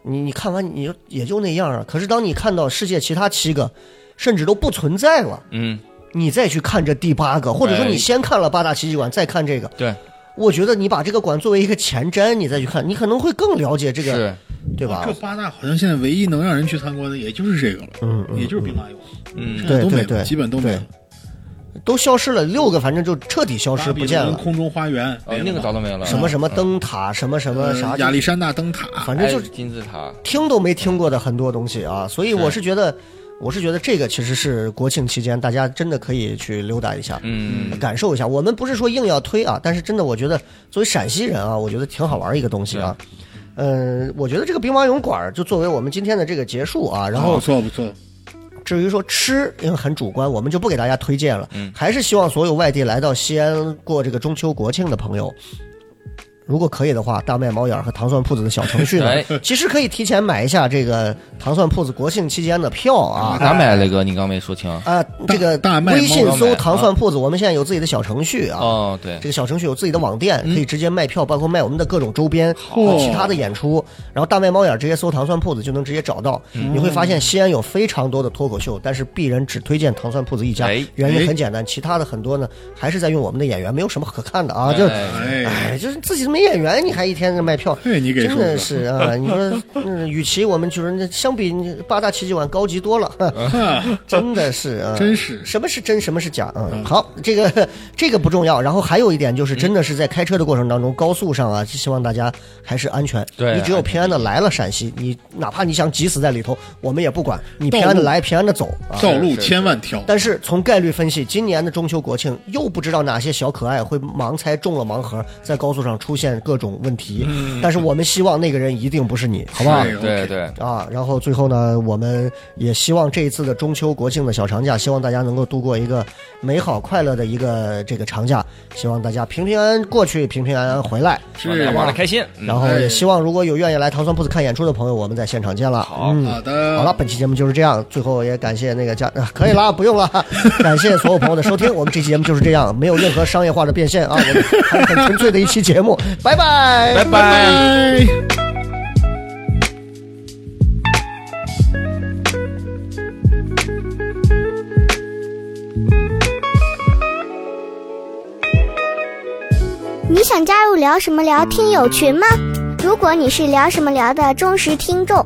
S1: 你你看完你就也就那样啊。可是当你看到世界其他七个，甚至都不存在了。
S2: 嗯，
S1: 你再去看这第八个，或者说
S2: 哎
S1: 你先看了八大奇迹馆，再看这个，
S2: 对，
S1: 我觉得你把这个馆作为一个前瞻，你再去看，你可能会更了解这个，
S2: 是，
S1: 对吧
S3: 这？八大好像现在唯一能让人去参观的，也就是这个了，
S1: 嗯，嗯
S3: 也就是兵马俑，
S2: 嗯
S3: 剩，下都没
S1: 对对对
S3: 了，基本都没了。
S1: 都消失了六个，反正就彻底消失
S3: 巴
S1: 不
S3: 比
S1: 见
S3: 伦
S1: 了。
S3: 空中花园，
S2: 呃，
S3: 没了
S2: 那个
S3: 吧
S2: 早都没了，
S1: 什么什么灯塔，什么什么
S2: 嗯
S3: 呃
S1: 啥，啊
S3: 亚历山大灯塔，
S1: 反正就
S2: 哎金字塔，
S1: 听都没听过的很多东西啊。所以我是觉得，我是觉得这个其实是国庆期间大家真的可以去溜达一下。
S2: 嗯，
S1: 感受一下。我们不是说硬要推啊，但是真的，我觉得作为陕西人啊，我觉得挺好玩儿一个东西啊。嗯，我觉得这个兵马俑馆儿就作为我们今天的这个结束啊。然
S3: 不
S1: 后
S3: 哦错不错，
S1: 至于说吃，因为很主观，我们就不给大家推荐了。还是希望所有外地来到西安过这个中秋国庆的朋友。如果可以的话，大麦猫眼儿和糖蒜铺子的小程序呢
S2: 哎，
S1: 其实可以提前买一下这个糖蒜铺子国庆期间的票啊。
S2: 哪买了一个？你刚没说清。
S1: 啊，这个
S3: 大大麦猫
S1: 微信
S2: 眼儿
S1: 搜
S2: 啊
S1: 糖蒜铺子，我们现在有自己的小程序啊。
S2: 哦，对，
S1: 这个小程序有自己的网店，可以直接卖票，包括卖我们的各种周边和
S3: 哦
S1: 其他的演出。然后大麦猫眼直接搜糖蒜铺子就能直接找到。
S3: 嗯
S1: 你会发现西安有非常多的脱口秀，但是鄙人只推荐糖蒜铺子一家
S2: 哎，
S1: 原因很简单，其他的很多呢还是在用我们的演员，没有什么可看的啊，就。
S2: 哎
S3: 哎，
S1: 哎，就是自己没演员，你还一天在卖票，
S3: 对你给
S1: 真
S3: 说
S1: 的
S3: 的
S1: 是啊！你 说，嗯，与其我们就是那相比八大奇迹馆高级多了，
S3: 哈
S1: 真的是啊，
S3: 真是
S1: 什么是真，什么是假啊、嗯好，这个 这个不重要。然后还有一点就是，真的是在开车的过程当中，高速上啊，希望大家还是安全。
S2: 对
S1: 你只有
S2: 安全
S1: 平安的来了陕西，你哪怕你想急死在里头，我们也不管。你
S3: 道
S1: 平安的
S3: 路
S1: 来，平安的走啊。
S3: 道路千万条，
S1: 但是从概率分析，今年的中秋国庆又不知道哪些小可爱会盲猜中了盲盒，在高速上出现各种问题。但是我们希望那个人一定不是你，好不好？
S3: 是
S2: 对对，
S1: 啊，然后最后呢，我们也希望这一次的中秋国庆的小长假，希望大家能够度过一个美好快乐的一个这个长假，希望大家平平安安过去，平平安安回来。
S3: 是
S2: 玩的开心。嗯
S1: 然后也希望如果有愿意来糖蒜铺子看演出的朋友，我们在现场见了。
S2: 好
S1: 嗯
S3: 好的，
S1: 好了，本期节目就是这样。最后也感谢那个家，啊可以啦，不用了。 感谢所有朋友的收听，我们这期节目就是这样，没有任何商业化的变现啊，我们还是很纯粹的一期节目。拜拜，
S2: 拜拜。
S3: 拜。
S4: 你想加入聊什么聊听友群吗？如果你是聊什么聊的忠实听众，